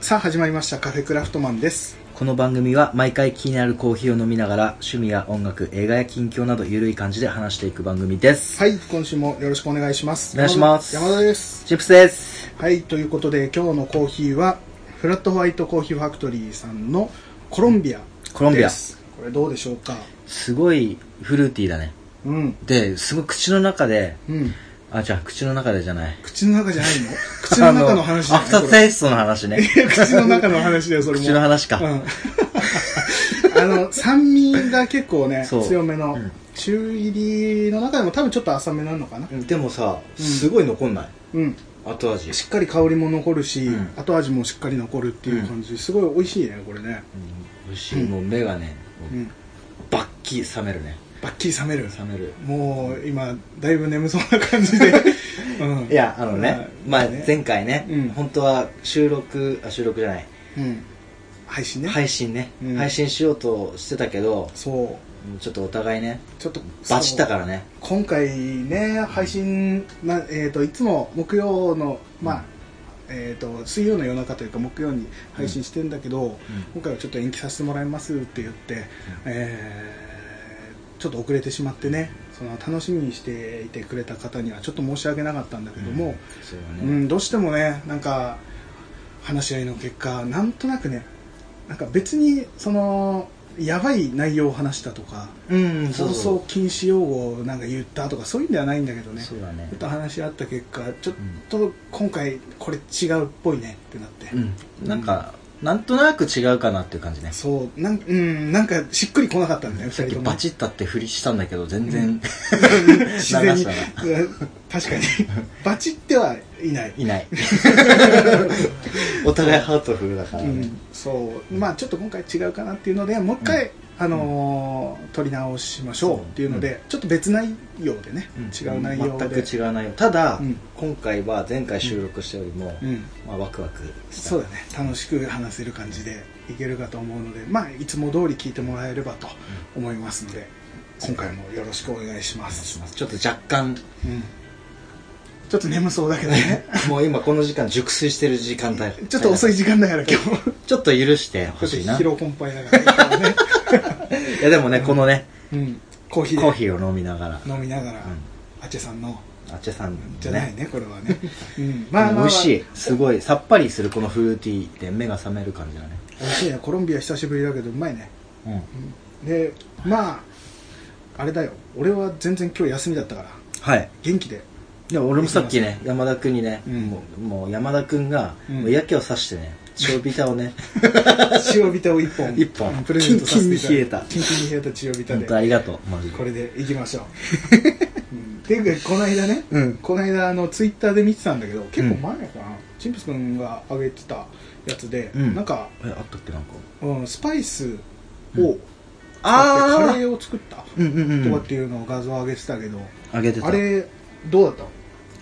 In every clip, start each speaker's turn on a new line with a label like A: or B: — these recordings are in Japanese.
A: さあ始まりましたカフェクラフトマンです
B: この番組は毎回気になるコーヒーを飲みながら趣味や音楽映画や近況などゆるい感じで話していく番組です、
A: はい今週もよろしくお願いします
B: お願いします
A: 山田です
B: チップスです
A: はいということで今日のコーヒーはフラットホワイトコーヒーファクトリーさんのコロンビアです
B: コロンビア
A: これどうでしょうか
B: すごいフルーティーだね
A: うん
B: ですごい口の中で
A: うん
B: あじゃあ口の中でじゃない
A: 口の中じゃ ないの口の中の話じ
B: あ
A: ゃ
B: ア
A: ない
B: フター
A: これ
B: テイストの話ね
A: 口の中の話だよ それも
B: 口の話か、
A: うんあの酸味が結構ね
B: そう
A: 強めの、
B: うん
A: 中入りの中でも多分ちょっと浅めなのかな
B: でもさ
A: うん
B: すごい残んない、
A: うん
B: 後味
A: しっかり香りも残るし、
B: うん
A: 後味もしっかり残るっていう感じ、すごい美味しいねこれね、
B: うん美味しい、もう目がね
A: う、
B: もうんバッキー冷めるね
A: バッキリ冷める
B: 冷める
A: もう今だいぶ眠そうな感じ で、うん、
B: いやあのね、まあ、
A: ね
B: 前回ね、
A: うん
B: 本当は収録あ収録じゃない
A: うん、配信ね、
B: 配信ね、
A: うん
B: 配信しようとしてたけど
A: そう
B: ちょっとお互いね
A: ちょっと
B: バチった
A: ら
B: からね
A: 今回ね配信な、えー、といつも木曜のまあ、えー、と水曜の夜中というか木曜に配信してんだけど、今回はちょっと延期させてもらいますって言って、えーちょっと遅れてしまってねその楽しみにしていてくれた方にはちょっと申し訳なかったんだけども、
B: そうだ
A: うん
B: ね、
A: どうしてもねなんか話し合いの結果なんとなくねなんか別にそのやばい内容を話したとか
B: うん
A: 放送禁止用語をなんか言ったとかそういうんではないんだけどねち
B: そ
A: ょ
B: うだね
A: っと話し合った結果ちょっと今回これ違うっぽいねってなって、
B: うんなんか、なんとなく違うかなっていう感じね
A: そうなんかうんなんかしっくりこなかったんだよ
B: さっ
A: 2
B: き
A: 人と
B: バ
A: も
B: チったってふりしたんだけど全然、
A: 自然に
B: 流
A: うん 確かに バチってはいない
B: いない お互いハートフルだか
A: う
B: らね、
A: ん、そうまあちょっと今回違うかなっていうのでもう一回、あのー撮り直しましょうっていうので、ちょっと別内容でね、
B: うん
A: 違う内容で
B: 全く違う内容ただ、
A: うん
B: 今回は前回収録したよりも、
A: うん、
B: まあ、ワクワクした
A: そうだね楽しく話せる感じでいけるかと思うのでまあいつも通り聞いてもらえればと思いますので、今回もよろしくお願いします、
B: ちょっと若干
A: うん、ちょっと眠そうだけど ね
B: もう今この時間熟睡してる時間帯
A: ちょっと遅い時間だから今日
B: ちょっと許してほ
A: ちょ
B: し
A: っ
B: い
A: と
B: な
A: 疲
B: い
A: 労困憊だから今日は ね、
B: やでもねこのね
A: うん、コーヒ
B: コー
A: ー
B: ヒーを飲みながら
A: で飲みながら、
B: ん
A: アチェさんの
B: あっちゃさんのね
A: じゃないねこれはね、うん、
B: でも美味し
A: い
B: いすごいさっぱりするこのフルーティーで目が覚める感じだね
A: 美味しいねコロンビア久しぶりだけどうまいね
B: うん
A: でまああれだよ俺は全然今日休みだったから
B: はい
A: 元気で
B: でも俺もさっきね山田君にね
A: うん
B: もうもう山田君が
A: うん
B: もう嫌気をさしてね塩ビタを ね
A: 塩ビタを一本
B: 一本
A: うんプレゼントさせていただい
B: キ
A: キンキンに冷えた塩ビタ
B: 本当
A: で
B: ありがとうマジで
A: これでいきましょう、うん、ていうかこの間ね、
B: うん
A: この間あのツイッターで見てたんだけど結構前かな、チンプス君が上げてたやつで、
B: うん
A: なんか、
B: えあったっけなんか
A: うん、スパイスを使ってカ
B: あ
A: レーを作ったと
B: うんうんう
A: かっ
B: ん
A: ていうのを画像上げてたけど、
B: あげてた
A: あれどうだったの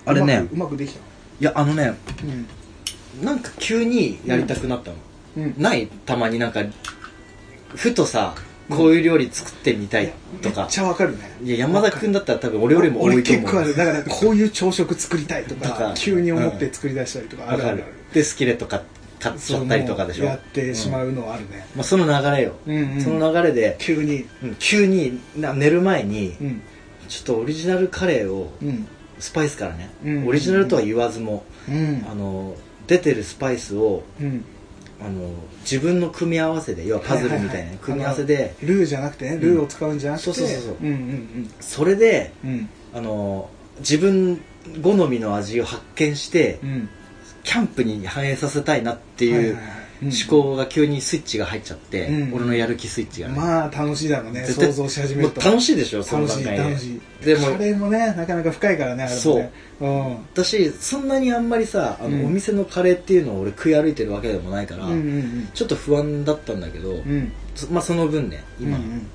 B: あれね
A: うまくうまくできた
B: いやあのね
A: うん
B: なんか急にやりたくなったの、
A: うん
B: ないたまになんかふとさこういう料理作ってみたいと
A: め
B: か
A: っちゃわかるね
B: いや山田君だったら多分俺よりも多
A: 俺
B: いと思
A: 結
B: う
A: 構あるだからこういう朝食作りたいと
B: と
A: か
B: か
A: 急に思って作り出したりとかあ
B: わ
A: る
B: か
A: ある
B: る
A: ある
B: でスキレット買買っちゃったりとかでしょ
A: やってしまうのはあるね、
B: まあ、その流れよ、
A: うんうん
B: その流れで、
A: 急に
B: うん急にな寝る前に、
A: うん
B: ちょっとオリジナルカレーを、
A: うん
B: スパイスからね、
A: うん
B: オリジナルとは言わずも、
A: うん
B: あの出てるスパイスを
A: うん
B: あの自分の組み合わせで要はパズルみたいなね組み合わせで、
A: ルーじゃなくてねルーを使うんじゃなくて
B: そうそうそうそう
A: うんうん
B: それで
A: うんうん
B: あの自分好みの味を発見して、
A: うん
B: キャンプに反映させたいなって
A: て
B: いう思考が急にスイッチが入っちゃって、
A: うん
B: 俺のやる気スイッチがね、
A: まあ楽しいだろうね
B: 絶対
A: 想像し始め
B: も
A: る
B: う
A: と
B: 楽しいでしょその
A: 楽しい
B: 段階
A: 楽しい
B: でで
A: カ
B: も
A: レーもねなかなか深いからねあれもね
B: そう
A: うん
B: 私そんなにあんまりさあの、
A: うん
B: お店のカレーっていうのを俺食い歩いてるわけでもないから、
A: うんうん
B: ちょっと不安だったんだけど、
A: うんうん
B: そまあ、その分ね今、
A: うん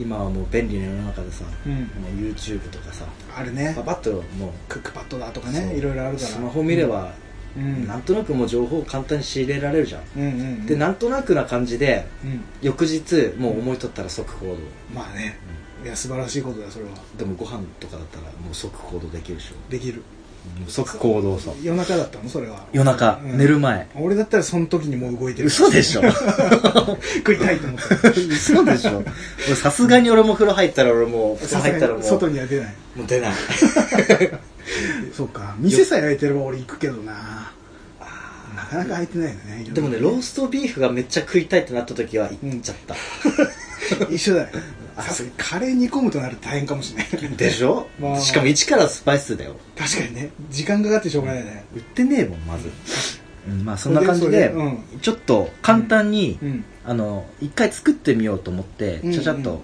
B: 今はもう便利な世の中でさ、
A: うんうん
B: もう YouTube とかさ
A: あるね
B: パパッともう
A: クックパッドだとか
B: そ
A: ね
B: う
A: いろいろあるから
B: スマホ見れば、
A: うん
B: なんとなくもう情報を簡単に仕入れられるじゃん、
A: うんうんうん
B: でなんとなくな感じで
A: うん
B: 翌日もう思いとったら即行動
A: まあねいや素晴らしいことだそれは
B: でもご飯とかだったらもう即行動できるでしょ
A: できる
B: もう即行動さ
A: 夜中だったのそれは
B: 夜中、
A: うん
B: 寝る前
A: 俺だったらその時にもう動い てる
B: 嘘でしょ
A: 食いたいと思 った
B: 嘘でしょ俺さすがに俺も風呂入ったら俺もう風呂
A: さす
B: 入った
A: が
B: らもう
A: に外には出ない
B: もう出ない
A: そうか店さえ開いてれば俺行くけどななかなか開いてないよね
B: でもねローストビーフがめっちゃ食いたいってなった時は行っちゃった、
A: 一緒 だよ
B: あ
A: さすがにカレー煮込むとなると大変かもしれない確
B: でしょ、
A: まあ
B: しかも一からスパイスだよ
A: かにね時間かかってしょうがないね
B: 売ってねえもんまず、うんまあそんな感じで
A: それうん
B: ちょっと簡単に、
A: うん
B: あの一回作ってみようと思って
A: うん
B: ちゃちゃっと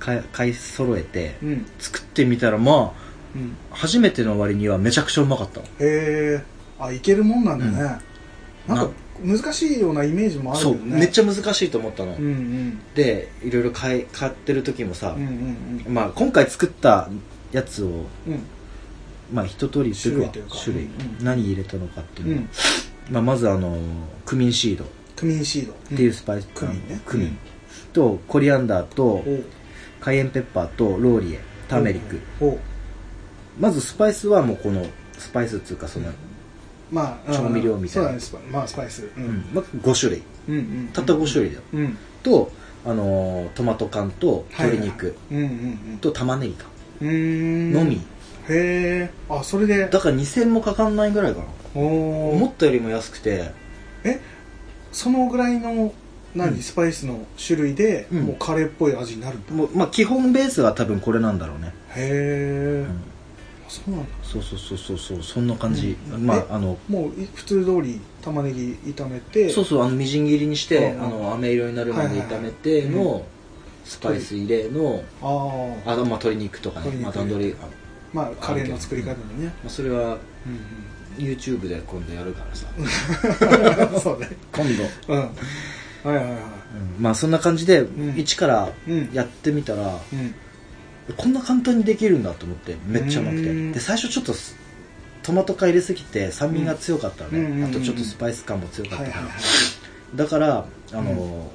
B: 買い買い揃えて、
A: うん
B: 作ってみたらま
A: うん
B: あ初めての割にはめちゃくちゃうまかった
A: へえあいけるもんなんだね、
B: うん
A: なんか難しいようなイメージもある
B: そ
A: よ
B: う
A: ね
B: めっち
A: ゃ
B: ゃ難しいと思ったの、
A: うんうん
B: でいろいろ買い買ってる時もさ
A: うん、うん
B: まあ、今回作ったやつを、
A: うんうん
B: まあ、一通り
A: 種類というか
B: 種類
A: うん
B: 何入れたのかっていう
A: う
B: の、
A: ん
B: まあ、まずあのクミンシードっ
A: クミンシードって
B: いうスパイス、
A: クミンね
B: クミンとコリアンダーと
A: お
B: カイエンペッパーとローリエターメリック
A: お
B: まずスパイスはもうこのスパイスっていうかその、
A: まあ
B: 調味料みた
A: そ
B: いな
A: うだねスパまあスパイスう
B: うん
A: ん
B: まあ、5種類
A: うんうん
B: たった5種類だよ、
A: うん
B: と、あのートマト缶と鶏肉、
A: はいはいうんうん
B: と玉ねぎか、
A: うんうーん
B: のみ
A: へえあそれで
B: だから2000もかかんないぐらいかな
A: お
B: 思
A: お
B: ったよりも安くて
A: そのぐらいの
B: うん
A: 何スパイスの種類で
B: うん
A: もうカレーっぽい味になるんだ
B: もうまあ基本ベースは多分これなんだろうね、
A: へえ
B: うん
A: そうなんだ
B: そうそうそうそうそうそんな感じ、
A: うん
B: ま
A: え
B: ああの
A: もうい普通通り玉ねぎ炒めて
B: そうそうあのみじん切りにして、
A: うん
B: あの飴色になるまで炒めての、
A: はいはいは
B: スパイス入れの
A: ああ
B: あのまあ鶏肉とかね
A: 鶏肉
B: まあ段取りあの
A: まあカレーの作り方にね
B: まあ、それは
A: う
B: YouTube で今度やるからさ
A: んうんそうね
B: 今 度、
A: うんはいはいは
B: まあそんな感じで、
A: ん
B: 一から
A: いうん
B: やってみたら
A: うん
B: こんな簡単にできるんだと思ってめっちゃうまく
A: う
B: て
A: ん
B: で最初ちょっとすトマト缶入れすぎて酸味が強かったの
A: うんうんうん
B: ね
A: うん
B: あとちょっとスパイス感も強かっ
A: はい
B: た
A: はいは
B: か
A: い
B: らだからあの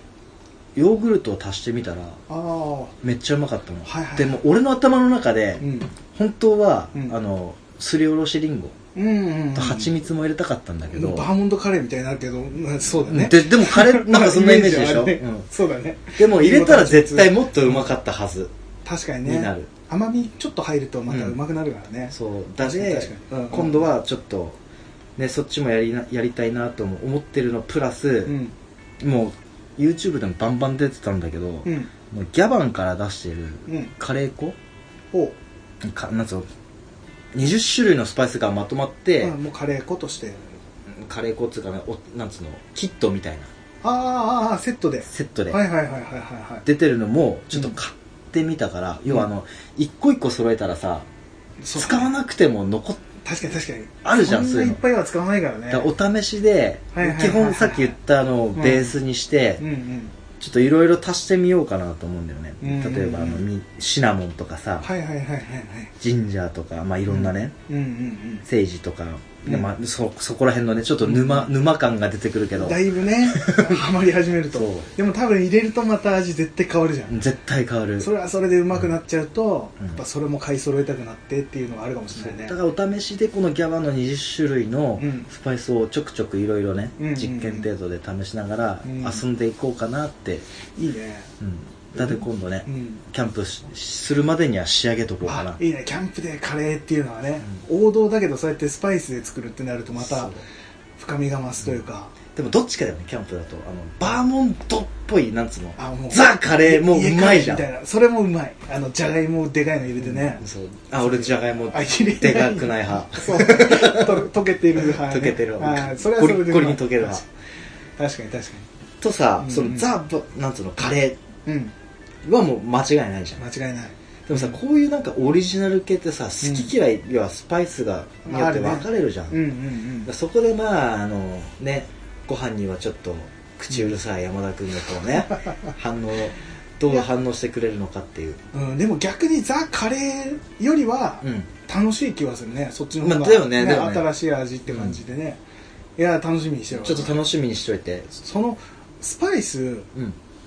B: ヨーグルトを足してみたら
A: ああ
B: めっちゃうまかったの
A: はいはい
B: でも俺の頭の中で
A: うん
B: 本当はあ
A: うん
B: のすりおろしりんご
A: うんうんうん
B: と蜂蜜も入れたかったんだけど
A: バーモントカレーみたいになるけどうんそうだね
B: ででもカレーなんかそんなイメージでし ょ
A: イメージはある
B: う
A: ね
B: ん
A: そうだね
B: でも入れたら絶対もっとうまかったはず
A: 確かに
B: にな
A: ね
B: る
A: 甘みちょっと入るとまたうまくなるからね
B: そうだ
A: 確かに
B: で
A: 確かにうん
B: 今度はちょっと、ね、そっちもやりなやりたいなとも思ってるのプラス
A: う、ん
B: もう YouTube でもバンバン出てたんだけど、
A: う
B: も
A: ん
B: うギャバンから出してる
A: うん
B: カレー粉
A: おう
B: かなんつうの20種類のスパイスがまとまって、
A: うんもうカレー粉として
B: カレー粉っつうかなおなんつうのキットみたいな
A: ああああセットで
B: セットで
A: はいはいはいはいはいは
B: 出てるのもちょっと買ってみたから、要はあの一個一個揃えたらさ
A: い
B: 使わ
A: い
B: なくても残っ
A: 確かに確かに
B: あるじゃん
A: そん
B: そう
A: な
B: いう
A: いっ
B: の
A: ぱいは使わないからね
B: だからお試しで、
A: はいはいはいはい
B: 基本さっき言ったあの
A: ん
B: ベースにして、
A: うんうん
B: ちょっといろいろ足してみようかなと思うんだよね、
A: うんうんうん
B: 例えばあのみシナモンとかさ、
A: はいはいはいはいはい
B: ジンジャーとか、まあ、いろんなね、
A: うんうん
B: セージとか、
A: うん
B: でまあ、そそこら辺のねちょっと沼,、沼感が出てくるけ
A: う
B: ど
A: んだいぶねハマり始めると
B: そう
A: でも多分入れるとまた味絶対変わるじゃん
B: 絶対変わる
A: それはそれでうまくなっちゃうと、
B: うん
A: やっぱそれも買い揃えたくなってっていうのはあるかもしれないね
B: だからお試しでこのギャバの20種類の
A: うん
B: スパイスをちょくちょくいろいろね、
A: うんうんうん
B: 実験程度で試しながら
A: うん
B: 遊んでいこうかなって、
A: いいね
B: うんだって今度ね、
A: うん
B: キャンプしするまでには仕上げとこうかな
A: あいいねキャンプでカレーっていうのはね、王道だけどそうやってスパイスで作るってなるとま
B: そ
A: た
B: う
A: 深みが増すというか、
B: でもどっちかだよねキャンプだとあのバーモントっぽいなんつうの
A: あもう
B: ザカレーもううまいじゃん
A: 家帰るみたいなそれもうまいあのじゃがいもでかいの入れてね、
B: そうあ俺じゃがいも
A: あ入れ
B: でかくない派
A: そうと溶けてる派、ね、
B: 溶けてる派
A: あそれはそれでうまい
B: ゴリゴリに溶ける派
A: 確かに確か
B: とさ、
A: うん
B: そのザばなんつうのカレ
A: にうん
B: ーはもう間違いないじゃん
A: 間違いない
B: でもさこういうなんかオリジナル系ってさ好き嫌い要はスパイスがによって分かれるじゃん、
A: うんうんうん
B: そこでまああのねご飯にはちょっと口うるさい山田君のこうね 反応どう反応してくれるのかっていう
A: うん、でも逆にザ・カレーよりは
B: うん
A: 楽しい気はするね、そっちの方が、
B: まあだよねだよね
A: 新しい味って感じでね、いや楽しみにしてる
B: ちょっと楽しみにしといて
A: そのスパイス
B: う
A: っ
B: ん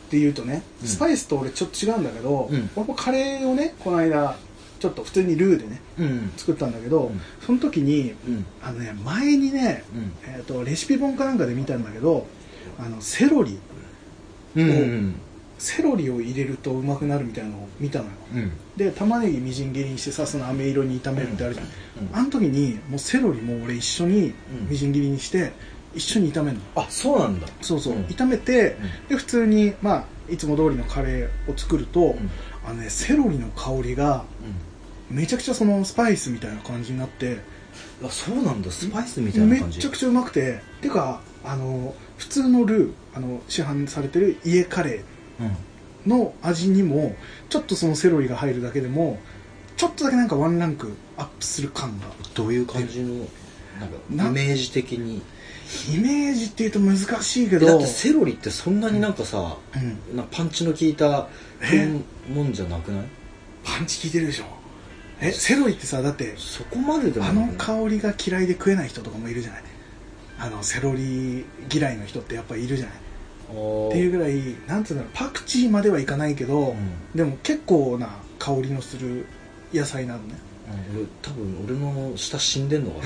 A: ていうとね、
B: うん
A: スパイスと俺ちょっと違うんだけど、
B: うん
A: 俺もカレーをねこの間ちょっと普通にルーでね
B: うん
A: 作ったんだけど、
B: うん
A: その時に
B: うん
A: あのね前にね、えー、とレシピ本かなんかで見たんだけどあのセロリ
B: うんうん
A: セロリを入れるとうまくなるみたいなのを見たのよ
B: うん
A: で玉ねぎみじん切りにしてさその飴色に炒めるってあるじゃん、
B: うん
A: あの時にもうセロリも俺一緒にみじん切りにして一緒に炒めるの
B: あそうなんだ
A: そうそう、
B: うん
A: 炒めて
B: う
A: で
B: ん
A: 普通にまあいつも通りのカレーを作ると、
B: うん
A: あのねセロリの香りがめちゃくちゃそのスパイスみたいな感じになって
B: うんあそうなんだスパイスみたい
A: め
B: な
A: っ
B: 感じ
A: ちゃくちゃうまくててかあの普通のルーあの市販されてる家カレ
B: うん
A: ーの味にもちょっとそのセロリが入るだけでもちょっとだけなんかワンランクアップする感が
B: どういう感じのなん
A: な
B: かイメージ的に
A: イメージっていうと難しいけ
B: え
A: ど
B: だってセロリってそんなになんかさ、
A: うん、
B: なんかパンチの効いたもんじゃなくない
A: パンチ効いてるでしょえセロリってさだって
B: そこまででも
A: あ
B: な
A: の
B: くない
A: 香りが嫌いで食えない人とかもいるじゃないあのセロリ嫌いの人ってやっぱいるじゃない
B: あー
A: っていうぐらいなんつうんだろうパクチーまではいかないけど、
B: うん
A: でも結構な香りのする野菜なのね
B: うん俺多分俺の舌死んでんのか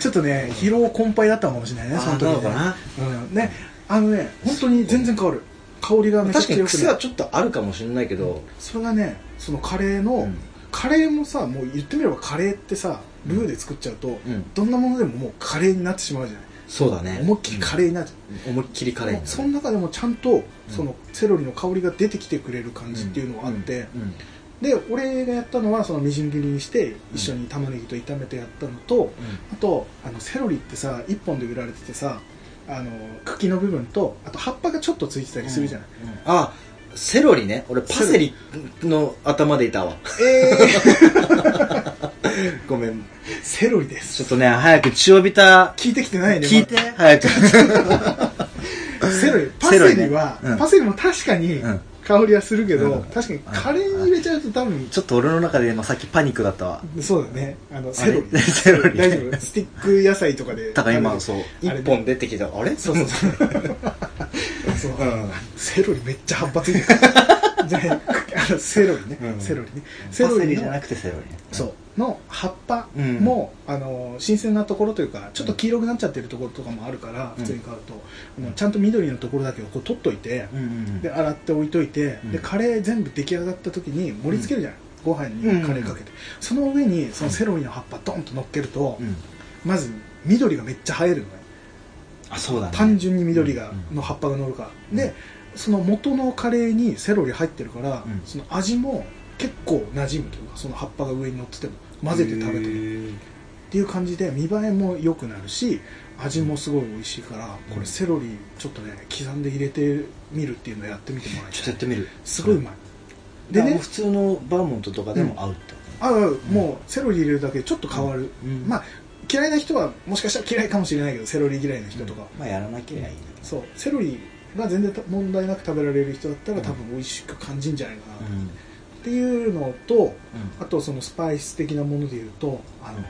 A: ちょっとね疲労困憊だったのかもしれないね
B: な
A: その時
B: あー
A: ねうん、ねあのね本当に全然変わる香りがめちゃくち
B: 確か
A: ゃ
B: に
A: 良く
B: 癖
A: な
B: は
A: る
B: ちょっとあるかもしれないけど、
A: それがねそのカレーの、
B: うん
A: カレーもさもう言ってみればカレーってさルーで作っちゃうと、
B: うん
A: どんなものでももうカレーになってしまうじゃない
B: そうだね
A: 思いっきりカレーになる、
B: うん思いっきりカレーになる
A: その中でもちゃんとそのセロリの香りが出てきてくれる感じっていうのがあって、
B: うんうん
A: で俺がやったのはそのみじん切りにして一緒に玉ねぎと炒めてやったのと、あとあのセロリってさ1本で売られててさあの茎の部分とあと葉っぱがちょっとついてたりするじゃない、
B: うんうんあセロリね俺パセリの頭でいたわ ごめん
A: セロリです
B: ちょっとね早く血をびた
A: 聞いてきてないね
B: 聞いて早く
A: セロリパ
B: セロ
A: セ
B: リね
A: リは
B: うん
A: パセリも確かに
B: うん
A: 香りはするけど、
B: うん
A: 確かにカレーに入れちゃうと多分
B: ちょっと俺の中で今さっきパニックだったわ
A: そうだねあのセロ
B: あれ
A: リ
B: セロリ
A: 大丈夫スティック野菜とかで
B: だから
A: あ
B: 今
A: れ
B: そう
A: あれ
B: 一本出てきたあれ
A: そうそうそうそう、
B: うん
A: セロリめっちゃ葉っぱついてるじゃああのセロリね、
B: うん
A: セロリねセ
B: セ
A: ロ
B: ロ
A: リ
B: リ
A: の
B: じゃなくてセロリね
A: そうの葉っぱも、あの新鮮なところというかちょっと黄色くなっちゃってるところとかもあるから、
B: うん
A: 普通に買うとあのちゃんと緑のところだけをこう取っといて、
B: うんうん
A: で洗って置いといて、
B: うん
A: でカレー全部出来上がった時に盛り付けるじゃない、ご飯にカレーかけて、その上にそのセロリの葉っぱドンと乗っけると、
B: うん
A: まず緑がめっちゃ映えるのね
B: あそうだね
A: 単純に緑が、
B: うん
A: の葉っぱが乗るから、
B: うん
A: でその元のカレーにセロリ入ってるから、
B: うん
A: その味も結構馴染むというかその葉っぱが上に乗ってても混ぜて食べて
B: へ
A: る
B: ー
A: っていう感じで見栄えも良くなるし味もすごい美味しいから
B: うん
A: これセロリちょっとね刻んで入れてみるっていうのをやってみてもらい
B: ちょったと
A: い
B: やってみる
A: すごいうまいで
B: だからも
A: ね
B: う普通のバーモントとかでも合うってこ
A: ああもうセロリ入れるだけでちょっと変わる、
B: うんうん
A: まあ嫌いな人はもしかしたら嫌いかもしれないけどセロリ嫌いな
B: と
A: 人とか、
B: まあやらなきゃいいんだけど
A: そうセロリが全然問題なく食べられる人だったら多分美味しく感じんじゃないかな、
B: う
A: っ
B: ん
A: ていうのとあとそのスパイス的なものでいうとあの、
B: うん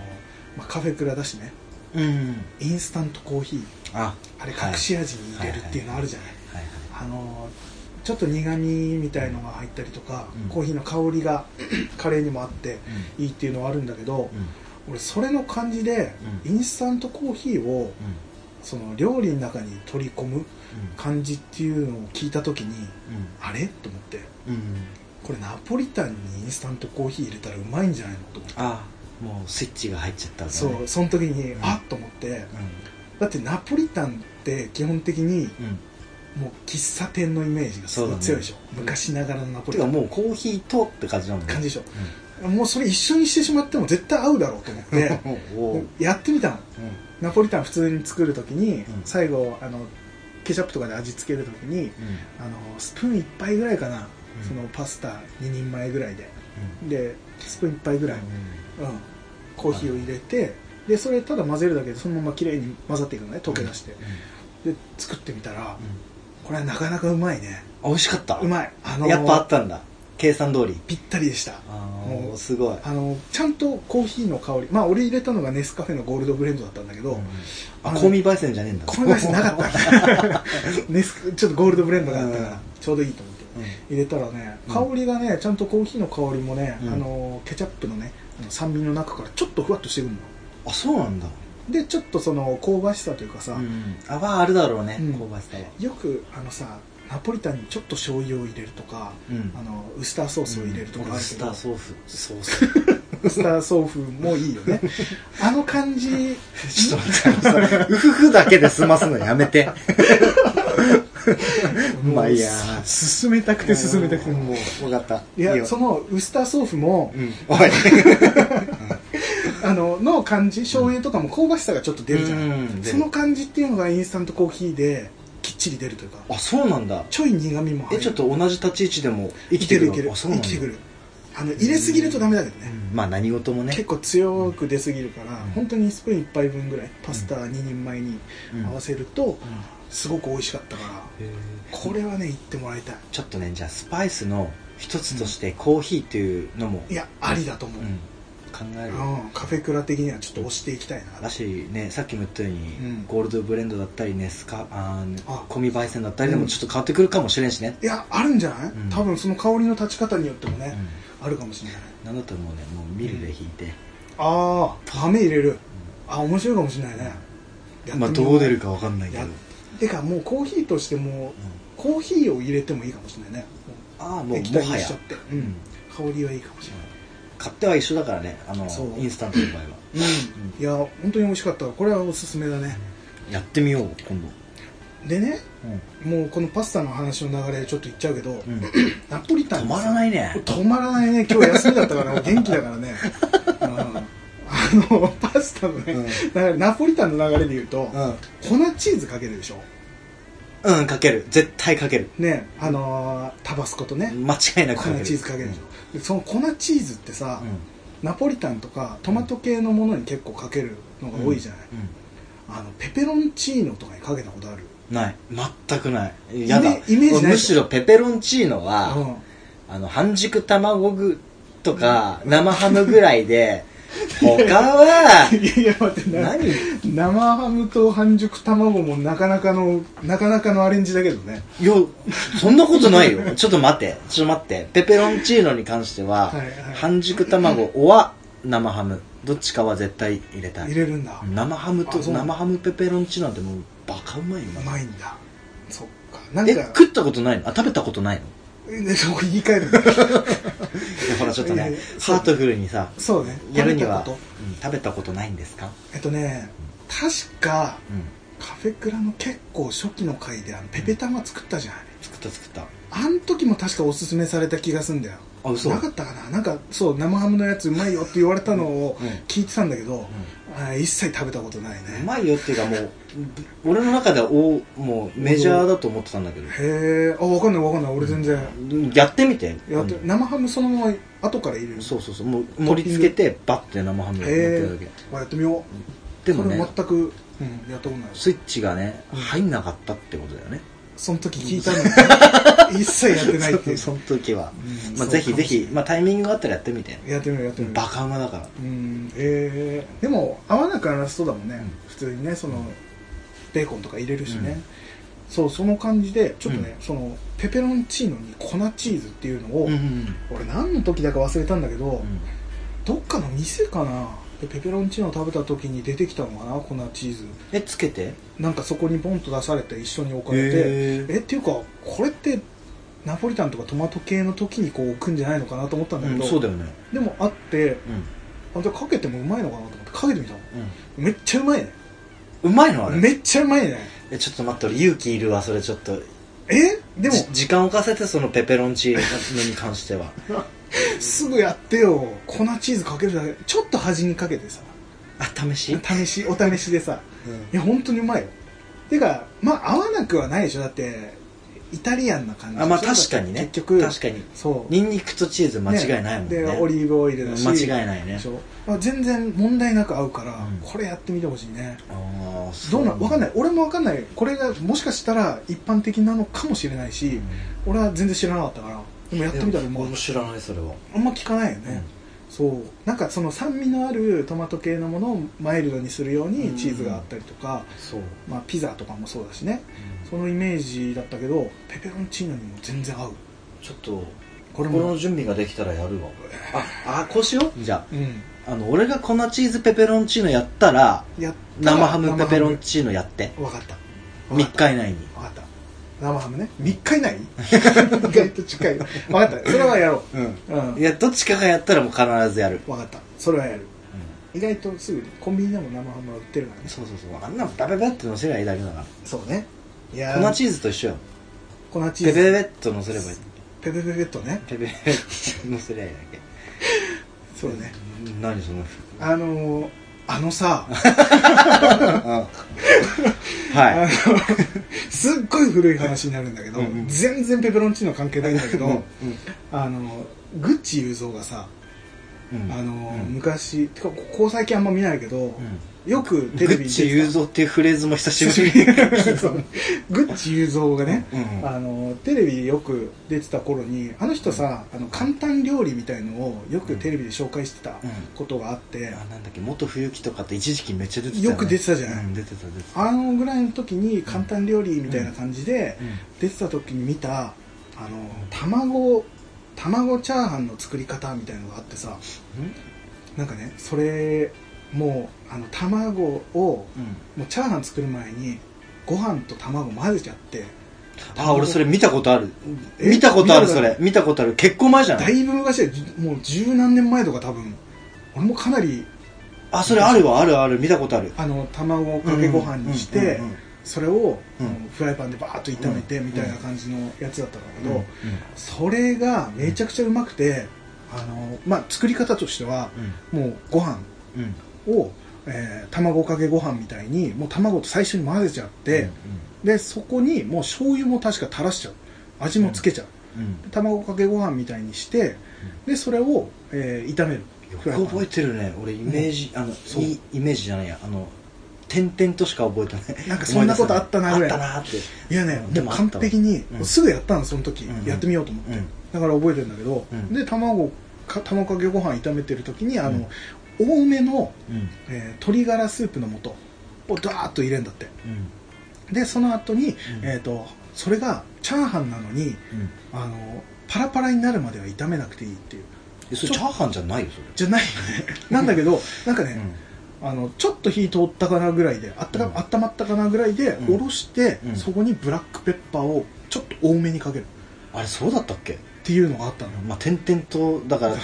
A: まあ、カフェクラだしね
B: うん
A: インスタントコーヒー
B: あ
A: あれ隠し味に入れるっていうのあるじゃない、
B: はいは
A: あ
B: い
A: のちょっと苦味みたいのが入ったりとか、
B: うん
A: コーヒーの香りが カレーにもあって
B: う
A: いいっていうのはあるんだけど、
B: んうん
A: 俺それの感じで、
B: う
A: インスタントコーヒーをその料理の中に取り込む感じっていうのを聞いた時にあれと思って
B: うんうん
A: これナポリタンにインスタントコーヒー入れたらうまいんじゃないのと思って
B: あもうスイッチが入っちゃったわけ
A: そ
B: ね
A: うその時に、
B: うん
A: あっと思って
B: う
A: だってナポリタンって基本的に
B: んうん
A: もう喫茶店のイメージがすごい強いでしょ、
B: そうだね
A: 昔ながらのナポリ
B: て
A: タ
B: か
A: ン
B: もうコーヒーとって感じなんだ
A: 感じでしょ、もうそれ一緒にしてしまっても絶対合うだろうと思って
B: うん おー
A: やってみたの
B: うん
A: ナポリタン普通に作る時に、
B: うん
A: 最後あのケチャップとかで味付ける時にあのスプーン1杯ぐらいかな、
B: うん
A: そのパスタ2人前ぐらいででスプーン1杯ぐらい、うん、コーヒーを入れてでそれただ混ぜるだけでそのまま綺麗に混ざっていくのね溶け出して、で作ってみたらこれはなかなかうまいね
B: あ美味しかった
A: うまいあの
B: やっぱあったんだ計算通り
A: ぴったりでした
B: あ
A: も
B: あ
A: う
B: すごい
A: あのちゃんとコーヒーの香りまあ俺入れたのがネスカフェのゴールドブレンドだったんだけど、
B: あ香味焙煎じゃねえんだ
A: このイスなかったネスちょっとゴールドブレンドがあったか
B: うん
A: らちょうどいいと思って入れたらね
B: うん
A: 香りがねちゃんとコーヒーの香りもね、
B: うん
A: あのケチャップのねあの酸味の中からちょっとふわっとしてくるの
B: あそうなんだ
A: でちょっとその香ばしさというかさ、
B: うんあまああるだろうね
A: うん
B: 香ばしさは
A: よくあのさナポリタンにちょっと醤油を入れるとか、
B: うん
A: あのウスターソースを入れるとかあ
B: ウ
A: る
B: ス
A: け
B: タ
A: ど、
B: ーソースソース
A: ウスターソースもいいよ ねあの感じ
B: ちょ っと待ってあのさウフフだけで済ますのやめてまあいいや
A: もうす進めたくて進めたくてもう
B: 分かった
A: いや
B: よ
A: そのウスターソースも
B: うんおい
A: あのの感じ醤油とかも香ばしさがちょっと出るじゃない、
B: うん
A: その感じっていうのがインスタントコーヒーできっちり出るというか
B: あそうなんだ
A: ちょい苦みも入
B: え
A: る
B: ちょっと同じ立ち位置でも
A: 生
B: 生き
A: き
B: て
A: て
B: く
A: る生きて
B: る
A: る
B: あそうな
A: 生
B: んだ
A: きてくるあの入れすぎるとダメだけどね、
B: うんまあ何事もね
A: 結構強く出すぎるから、
B: うん
A: 本当にスプーン1杯分ぐらいパスタ2人前に
B: うん
A: 合わせるとすごく美味しかったから、
B: へー
A: これはね行ってもらいたい
B: ちょっとねじゃあスパイスの一つとしてコーヒーっていうのも、
A: いやありだと思う、
B: うん考え
A: う
B: る
A: んカフェクラ的にはちょっと押していきたいな
B: だしねさっきも言ったように、
A: うん
B: ゴールドブレンドだったりねスカあー
A: あ
B: コミ焙煎だったりでもちょっと変わってくるかもしれんしね、
A: いやあるんじゃない、
B: うん
A: 多分その香りの立ち方によっても
B: う
A: ね、
B: ん
A: あるかもしれない
B: なんだったらもうねもうミルで引いて、
A: ああ豆入れる、あ面白いかもしれないねやってみよ
B: まあどう出るかわかんないけど、
A: や
B: うん
A: てかもうコーヒーとしてもコーヒーを入れてもいいかもしれないね
B: ああ
A: も
B: も
A: う
B: う
A: 液
B: も
A: 体
B: は
A: に
B: や
A: しちゃって、うん、香りはいいかもしれない
B: 買っては一緒だからねあの
A: そう
B: インスタントの場合は
A: うん、いや本当に美味しかったこれはおすすめだね
B: やってみよう今度
A: でね
B: うん
A: もうこのパスタの話の流れでちょっと言っちゃうけど、
B: うん
A: ナポリタン
B: 止まらないね
A: 止まらないね今日休みだったから元気だから ね、うんあのパスタのね、
B: うん
A: だからナポリタンの流れで言うと、
B: うん
A: 粉チーズかけるでしょ
B: うんかける絶対かける
A: ねあのータバスコとね、
B: 間違いなく
A: 粉
B: かける
A: チーズかけるでしょ、でその粉チーズってさ、
B: うん
A: ナポリタンとかトマト系のものに結構かけるのが多いじゃない、
B: うん
A: あのペペロンチーノとかにかけたことある
B: ない全くないやだ
A: イメージないでしょ
B: むしろペペロンチーノは、
A: うん
B: あの半熟卵具とか生ハムぐらいで他はい
A: やいや待って な
B: 何
A: 生ハムと半熟卵もなかなかのなかなかのアレンジだけどね
B: よそんなことないよちょっと待ってちょっと待ってペペロンチーノに関しては、
A: はいはい
B: 半熟卵おは生ハムどっちかは絶対入れた
A: 入
B: い
A: れるんだ
B: 生ハムと
A: あそう
B: 生ハムペペロンチーノってもうバカうまいよ
A: う
B: マジで
A: まいんだそっかなん
B: え
A: か
B: 食ったことないのあ食べたことないの
A: ねそこ言い換えるんだ
B: いやほらちょっと
A: いやい
B: ね
A: やそう
B: ハートフルにさ
A: そうね
B: やるには
A: 食べたこ
B: うん食べたことないんですか、
A: とえっとね確か
B: うん、
A: カフェクラの結構初期の回であのペペ玉作ったじゃない
B: 作った作った
A: あん時も確かおすすめされた気がすんだよ
B: あ嘘
A: なかったかななんかそう生ハムのやつうまいよって言われたのを
B: うん
A: 聞いてたんだけど、あー一切食べたことないね
B: うまいよっていうかもうぶ俺の中ではおもうメジャーだと思ってたんだけど
A: へえあ分かんない分かんない俺全然、
B: やってみて
A: やって
B: うん
A: 生ハムそのまま後から入れる
B: そうそうそうもう盛り付けてバッて生ハムやって
A: へ
B: るだけ
A: えやってみよう
B: でもね
A: それ全く、うん、やったことない
B: スイッチがね
A: うん
B: 入んなかったってことだよね
A: その時聞いたの に一切やってないっていう
B: そその時は
A: うん
B: ま
A: そう
B: あぜひ
A: かも
B: ぜ
A: しれ
B: ひまあタイミングがあったらやってみて
A: ないやってみようやってみよう
B: バカうまだから
A: うんえーでも合わなくならそうだもんね、普通にねそのベーコンとか入れるしね、
B: うん
A: そうその感じでちょっとね、そのペペロンチーノに粉チーズっていうのを、
B: うんうん
A: 俺何の時だか忘れたんだけど、
B: うん
A: どっかの店かなでペペロンチーノ食べた時に出てきたのかな粉チーズ
B: えつけて
A: なんかそこにポンと出されて一緒に置かれ
B: へ
A: て
B: ー
A: えっていうかこれってナポリタンとかトマト系の時にこう置くんじゃないのかなと思ったんだけど、
B: そうだよね
A: でもあって
B: う
A: あじゃあかけてもうまいのかなと思ってかけてみたの
B: ん
A: めっちゃうまいね
B: うんうまいのあれ
A: めっちゃうまいね
B: えちょっと待って俺勇気いるわそれちょっと
A: えでも
B: じ時間をかせてそのペペロンチーノに関し ては
A: すぐやってよ粉チーズかけるだけちょっと端にかけてさ
B: あ試し
A: 試しお試しでさ
B: うん
A: いや本当にうまいよてかまあ合わなくはないでしょだってイタリアンな感じ
B: あまあ確かにね
A: 結局
B: 確かに
A: そう
B: ニンニクとチーズ間違いないもんね
A: でオリーブオイルだし
B: 間違いないね
A: でしょまあ全然問題なく合うから、
B: うん
A: これやってみてほしいね
B: ああ
A: どうなんわかんないい俺もわかんないこれがもしかしたら一般的なのかもしれないし、俺は全然知らなかったからでもやってみたらもう
B: 俺も知らないそれは
A: あんま聞かないよね、そうなんかその酸味のあるトマト系のものをマイルドにするようにチーズがあったりとか、
B: そう
A: まあ、ピザとかもそうだしねそのイメージだったけどペペロンチーノにも全然合う
B: ちょっと
A: これも
B: 心の準備ができたらやるわああこうしようじゃ
A: うん
B: ああの俺が粉チーズペペロンチーノやったら
A: やったら
B: 生ハムペペロンチーノやって
A: わかった
B: 3日以内に
A: 分かった生ハムね3日以内 意外と近い分かったそれはやろ
B: うん
A: ううん
B: いやどっちかがやったらもう必ずやる、
A: 分かったそれはやる意外とすぐにコンビニでも生ハムは売ってるからね
B: そうそうそうあんなのペペペってのせりゃいいだけだか
A: そうねいや
B: ら粉チーズと一緒よ
A: 粉チ
B: ペペ
A: ーズ
B: ペペっとのせればいい
A: ペペペペっとね
B: ペペペペのせりゃいいだけ
A: そうね
B: 何その
A: あのーあのさあ
B: は
A: の すっごい古い話になるんだけど
B: うんうん
A: 全然ペペロンチーノ関係ないんだけ
B: い
A: どあのグッチ雄三がさ
B: うん
A: あの
B: うん
A: 昔てかここ最近あんま見ないけどよく
B: グ
A: テレビ
B: ッ
A: に
B: チ
A: 出
B: 雄
A: てた
B: 三っていうフレーズも久しぶりに
A: そうグッチ雄三がね
B: うんうん
A: あのテレビよく出てた頃にあの人さあの簡単料理みたいのをよくテレビで紹介してた
B: うん
A: ことがあって
B: あなんだっけ元冬木とかって一時期めっちゃ出てた
A: よく出てたじゃない
B: うん出てた出てた
A: あのぐらいの時に簡単料理みたいな感じで
B: うん
A: 出てた時に見たあの卵卵チャーハンの作り方みたいのがあってさなんかねそれもうあの卵を
B: うん
A: もうチャーハン作る前にご飯と卵混ぜちゃって
B: あ俺それ見たことある
A: え
B: 見たことあ
A: 見
B: る
A: た
B: そ
A: ことある
B: れ見たことある結構前じゃな
A: だ
B: い
A: いぶ昔でじもう十何年前とか多分俺もかなり
B: あそれあるわあるある見たことある
A: あの卵かけご飯にして
B: うんうん
A: それを、
B: うん
A: あのフライパンでバーッと炒めて
B: うん
A: みたいな感じのやつだったんだけ
B: うん
A: ど、
B: うん
A: それがめちゃくちゃうまくてあの、まあ、作り方としてはもうご飯
B: うんうん
A: を、えー卵かけご飯みたいにもう卵と最初に混ぜちゃって、でそこにもう醤油も確か垂らしちゃう味もつけちゃう、
B: うんうん
A: 卵かけご飯みたいにしてでそれを、えー炒める
B: よく覚えてるね俺イメージあの
A: そう
B: いいイメージじゃないやあの点々としか覚えてない
A: なんかそんなことあったな
B: 思い
A: ぐ
B: 出
A: ら
B: せ
A: い
B: ないあったなって
A: いやね、
B: で
A: で
B: も
A: も
B: あったわ
A: 完璧に、
B: うん
A: すぐやったのその時、
B: うん
A: やってみようと思って、
B: うん
A: だから覚えてるんだけど、
B: うん
A: で卵か卵かけご飯炒めてる時にあの、多めの、
B: うん
A: えー鶏ガラスープの素をダーッと入れるんだってでその後に、えっ、とそれがチャーハンなのに
B: うん
A: あのパラパラになるまでは炒めなくていいっていう
B: えそれチャーハンじゃないよそれ
A: じゃないよね なんだけどなんかね、
B: うん
A: あのちょっと火通ったかなぐらいであったか、
B: うん
A: 温まったかなぐらいで、
B: うん
A: おろして、
B: うん
A: そこにブラックペッパーをちょっと多めにかける
B: あれそうだったっけ
A: っていうのがあったのよ
B: まあ点々と だから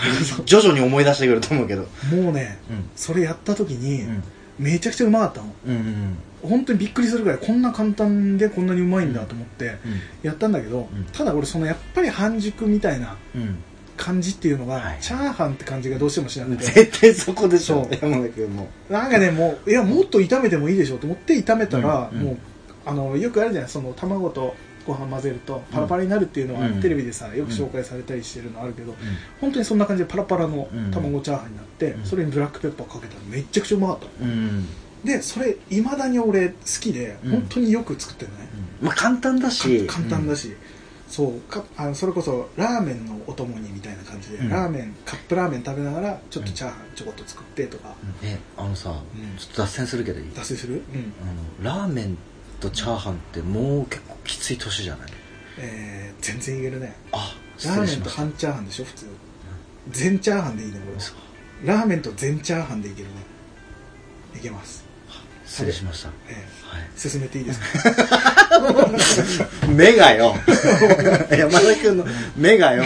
B: 徐々に思い出してくると思うけど
A: もうね
B: うん
A: それやった時に、
B: うん
A: めちゃくちゃうまかったの
B: うんうん
A: 本当にびっくりするぐらいこんな簡単でこんなにうまいんだと思ってやったんだけど、
B: うん
A: ただ俺そのやっぱり半熟みたいな
B: うん
A: 感じっていうのが、
B: はい
A: チャーハンって感じがどうしてもしなくて
B: 絶対そこでしょ
A: そう
B: 山田君も
A: なんかねもういやもっと炒めてもいいでしょと思って炒めたら、
B: うんうん
A: もうあのよくあるじゃないその卵とご飯混ぜるとパラパラになるっていうのは、
B: うん
A: テレビでさよく紹介されたりしてるのあるけど、本当にそんな感じでパラパラの卵チャーハンになって、
B: うん
A: それにブラックペッパーかけたらめっちゃくちゃうまかったの
B: うんうん
A: でそれいまだに俺好きで
B: うん
A: 本当によく作ってるのね、
B: まあ簡単だし
A: か簡単だし、そうかあのそれこそラーメンのお供にみたいな感じで、
B: うん
A: ラーメンカップラーメン食べながらちょっとチャーハンちょこっと作ってとか
B: うんえあのさ
A: ん
B: ちょっと脱線するけどいい
A: 達成する、うん
B: あのラーメンとチャーハンってもう結構きつい年じゃない
A: えー全然言えるね
B: あ
A: ラ
B: 失
A: ー
B: 礼
A: メ
B: し
A: ン
B: ま
A: と
B: した
A: 半チャーハンでしょ普通全チャーハンでいいねこ
B: そう
A: れラーメンと全チャーハンでいけるねいけます、
B: 失礼しましたは
A: え
B: い
A: ー進めていいですか
B: 目がよ 山田君の目がよ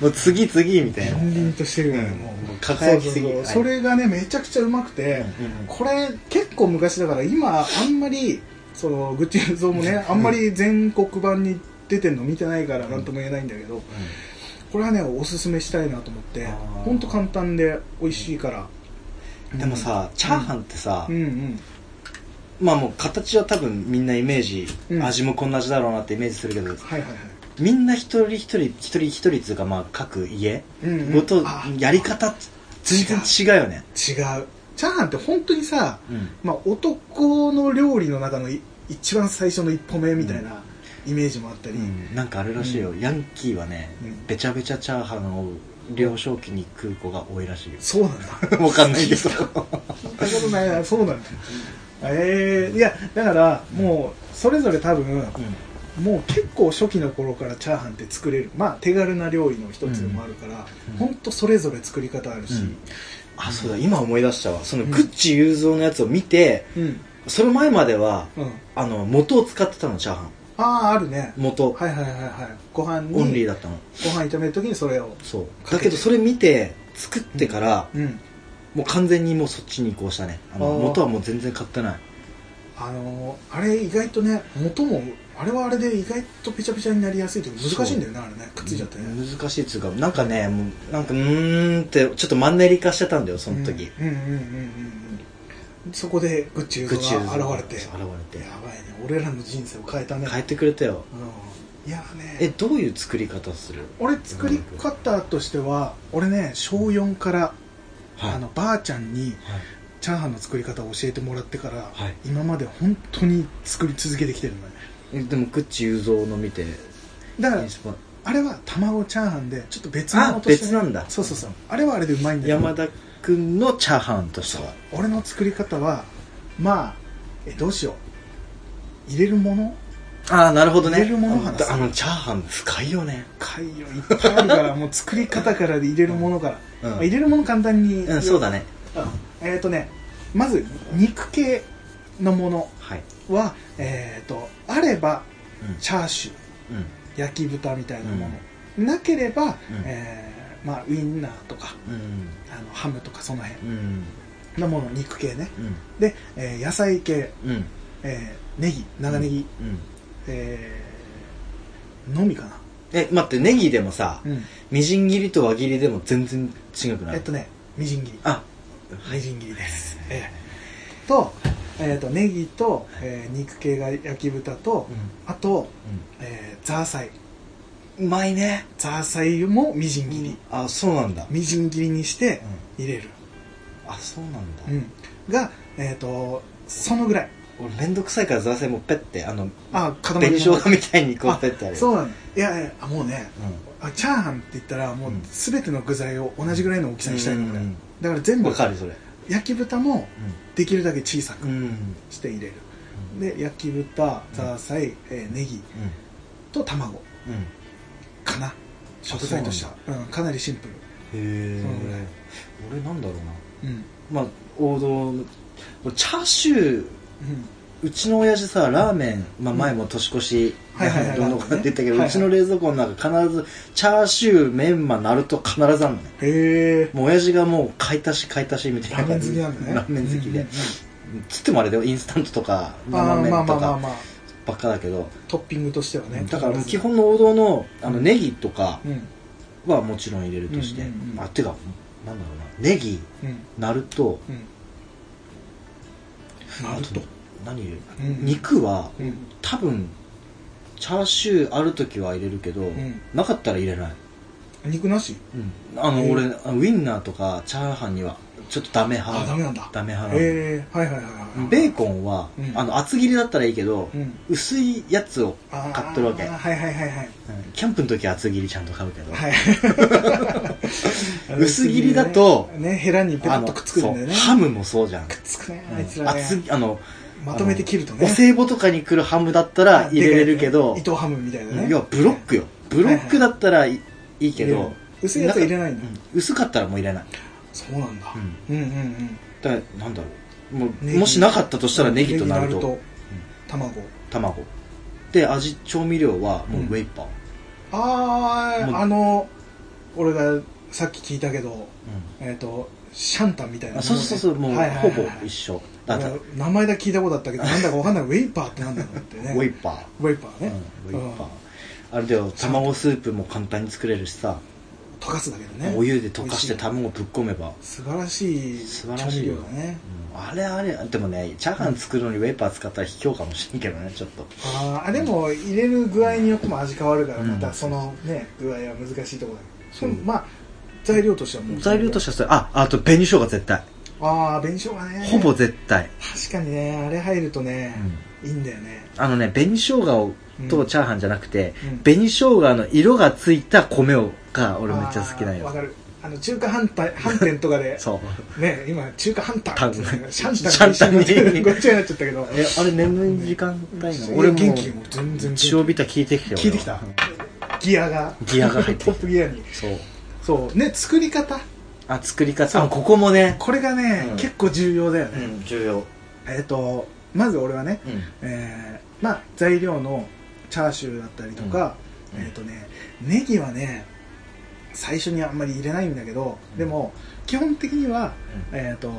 B: もう次次みたいな
A: 近隣としてるね、もう
B: もう輝きすぎ
A: そうそうそう
B: は
A: そ
B: い
A: れがねめちゃくちゃうまくて、
B: うん
A: これ結構昔だから今あんまりそのグッチ映像もねあんまり全国版に出てるの見てないから何とも言えないんだけどこれはねおすすめしたいなと思って
B: あー
A: ほんと簡単で美味しいから、
B: でもさチャーハンってさ
A: うんうん
B: まあもう形は多分みんなイメージ
A: うん
B: 味もこんな味だろうなってイメージするけど
A: はいはいはい
B: みんな一人一人一人一人っていうかまあ各家
A: うんうん
B: ごと
A: あ
B: やり方全然違うよね
A: 違うチャーハンって本当にさ、
B: うん
A: まあ、男の料理の中のい一番最初の一歩目みたいなイメージもあったり、
B: うんなんかあれらしいよヤンキーはね
A: うん
B: べちゃべちゃチャーハンを幼少期に食う子が多いらしいよ
A: そうな んだ
B: わかんないけど
A: 聞いたことないなそうなんだえー、いやだからもうそれぞれ多分、
B: うん
A: もう結構初期の頃からチャーハンって作れるまあ手軽な料理の一つでもあるから
B: うん
A: 本当、それぞれ作り方あるし、
B: あそうだ今思い出したわそのグッチ雄三のやつを見て、
A: うん
B: その前までは
A: うん、
B: あの元を使ってたのチャーハン
A: あああるね
B: 元、
A: はいはいはいはいご飯に
B: オンリーだったの
A: ご飯炒める時にそれを
B: そう
A: かけて
B: だけどそれ見て作ってから、
A: うん
B: もう完全にもうそっちに移行したねあの
A: あー
B: 元はもう全然買ってない
A: あのーあれ意外とね元もあれはあれで意外とペチャペチャになりやすいというか難しいんだよねあれねくっついちゃってね、
B: 難しいっつうかなんかねもうなんかうーんってちょっとマンネリ化してたんだよその時、
A: うんうんうんうんうんそこでグッチ
B: う
A: ユ
B: ん、口
A: ーザが現れて
B: 現
A: や
B: れて
A: ばいね俺らの人生を変えたね、
B: 変えてくれたよ
A: うん、いやね
B: えどういう作り方する
A: 俺作り方としては俺ね小4から、
B: はい
A: あのばあちゃんに
B: はい
A: チャーハンの作り方を教えてもらってから、
B: はい
A: 今まで本当に作り続けてきてるのね
B: えでもグッチ雄三の見てイ
A: だから
B: ンスパ
A: あれは卵チャーハンでちょっと別物として
B: あ別なんだ
A: そうそうそうあれはあれでうまいんだけど
B: 山田君のチャーハンとしては
A: 俺の作り方はまあえどうしよう入れるもの
B: ああなるほどね
A: 入れるもの話す
B: ああのチャーハン深いよね
A: かいよいっぱいあるからもう作り方からで入れるものから、
B: うん
A: まあ入れるもの簡単に、
B: うんそうだね
A: うんえっ、とねまず肉系のもの
B: はい
A: はえっ、とあればチャーシュー
B: うんうん
A: 焼き豚みたいなもの、なければ、えーまあ、ウインナーとか
B: うん
A: あのハムとかその辺
B: うん
A: のもの肉系ね
B: うん
A: で、えー野菜系、
B: うん
A: えーネギ長ネギ、
B: うん
A: えーのみかな、
B: え待ってネギでもさ
A: うん
B: みじん切りと輪切りでも全然違くな
A: えっ
B: い
A: とねみじん切り
B: あ
A: みじん切りです、ええと,、えーとネギと、えー肉系が焼き豚と、あと、えーザーサイ
B: うまいね
A: ザーサイもみじん切り、
B: あそうなんだ
A: みじん切りにして入れる、
B: あそうなんだ
A: うん、がえっ、とそのぐらい
B: 俺めんどくさいからザーサイもペッてあの
A: あ固
B: 紅生
A: の
B: 姜みたいにこうペッてあ
A: あ
B: る
A: そううなんだいやいやあもうねあチャーハンって言ったらもう
B: うん
A: 全ての具材を同じぐらいの大きさにしたいの俺、
B: うん
A: だから全
B: ん
A: 部
B: わかるそれ
A: 焼き豚もできるだけ小さ
B: う
A: く
B: んうん
A: して入れる、で焼き豚ザーサイ、えーネギと卵
B: うんうん
A: かな食材としてはうん、かなりシンプ
B: へえ
A: そのぐらい
B: 俺なんだろうな
A: ルうん、
B: まあ王道の俺チャーシューうちの親父さラーメン、まあ、前も年越し、
A: はいはいはい
B: どんどん買って言ったけど、
A: はいはいう
B: ちの冷蔵庫の中必ずチャーシューメンマナルト必ずあるのね
A: へえ
B: もう親父がもう買い足し買い足しみたい
A: ラ
B: な
A: ーメン好きなんだね
B: ラーメン好き
A: う
B: で、
A: ん
B: つってもあれでインスタントとか
A: うんうんあーま
B: 生
A: あ
B: 麺
A: まあ
B: と
A: まあ
B: か
A: まあ
B: ばっかだけど、
A: トッピングとしてはね
B: だからもう基本の王道のあのネギとか
A: うん
B: はもちろん入れるとして、
A: うんうんうん
B: あてかなんだろうなネギ
A: うん
B: ナルト
A: うん
B: あ
A: なる
B: と
A: と
B: 何入れる、
A: うん
B: 肉は
A: うん
B: 多分チャーシューある時は入れるけど、
A: ん
B: なかったら入れない、
A: 肉なし
B: あの
A: えー
B: 俺あのウインナーとかチャーハンにはちょっとダメ
A: あ
B: 派
A: ダメなんだ
B: ダメ派なの
A: へえはいはいはいはい
B: ベーコンは、
A: うん
B: あの厚切りだったらいいけど、
A: うん
B: 薄いやつを
A: あー
B: 買ってるわけ
A: はいはいはいはい
B: うんキャンプの時は厚切りちゃんと買うけど、
A: はい
B: 薄切りだと
A: ねねヘラにペタ
B: あ
A: ッ
B: の
A: とくっつくんだよね
B: そうハムもそうじゃん、
A: くっつくね
B: うん
A: あいつらね
B: 厚あの
A: まとめて切ると
B: お
A: ね
B: 歳暮とかに来るハムだったら入れれるけど、
A: でかいね糸ハムみたいなね
B: 要はブロックよブロックだったらいい,、いけ
A: 入れ
B: ど
A: る薄いやつは入れないんだ
B: んかうん薄かったらもう入れない
A: そうなんだ
B: う
A: うんうんうん
B: だからなんだろうも
A: ネ
B: う
A: ギ
B: もしなかったとしたらネギとナルト
A: ネギ卵
B: 卵で味調味料はもううんウェイパー、
A: あ
B: もう
A: ああの俺がさっき聞いたけどえっとシャンタンみたいな
B: あそうそうそうもう
A: はいはい
B: ほ
A: はい
B: ぼ
A: はい
B: 一緒だから
A: 名前だけ聞いたことあったけどなんだかわかんないウェイパーってなんだろう ってね
B: ウェイパー、
A: ウェイパー
B: うん
A: ね、
B: ウェイパーあれだよ卵スープも簡単に作れるしさ、
A: 溶かすだけどね
B: お湯で溶かして
A: 美味い
B: 卵ぶっ込めば、
A: 素晴らしい
B: 素晴らしいよ
A: 調味料だね
B: うんあれあれでもねチャーハン作るのにウェイパー使ったら卑怯かもしれんけどねちょっと
A: あーあでも入れる具合によっても味変わるから
B: うん
A: またそのね具合は難しいところだけ
B: そう
A: どでもまあ材料としてはもう
B: 材料としててはそれああと紅生姜絶対
A: ああ紅生姜ね
B: ほぼ絶対、
A: 確かにねあれ入るとね、いいんだよね
B: あのね紅生姜を
A: うん
B: とチャーハンじゃなくて、
A: うん
B: 紅生姜の色がついた米をが俺めっちゃ好きなん
A: あーわ
B: よ
A: かるああの中華反対反転とかで
B: そう
A: ね今中華反
B: タ
A: 対
B: ン
A: シャンタンに
B: シャンタンに
A: ごっちゃになっちゃったけど
B: えあれ眠い時間帯なの
A: 俺
B: 俺
A: 元
B: も
A: 気もう全然
B: 血をビタ聞いてきて
A: 聞いてきたギアが
B: ギアが入ってき
A: ト
B: た
A: ップギアに
B: そう
A: そうね作り方
B: あ作り方
A: そう
B: あここもね
A: これがね、
B: うん
A: 結構重要だよ
B: う
A: ね、
B: ん重要
A: えっ、とまず俺はね、
B: うん
A: えーまあ材料のチャーシューだったりとか、
B: うん
A: えっ、とねネギはね最初にあんまり入れないんだけど、
B: うん
A: でも基本的には
B: う
A: えっ、と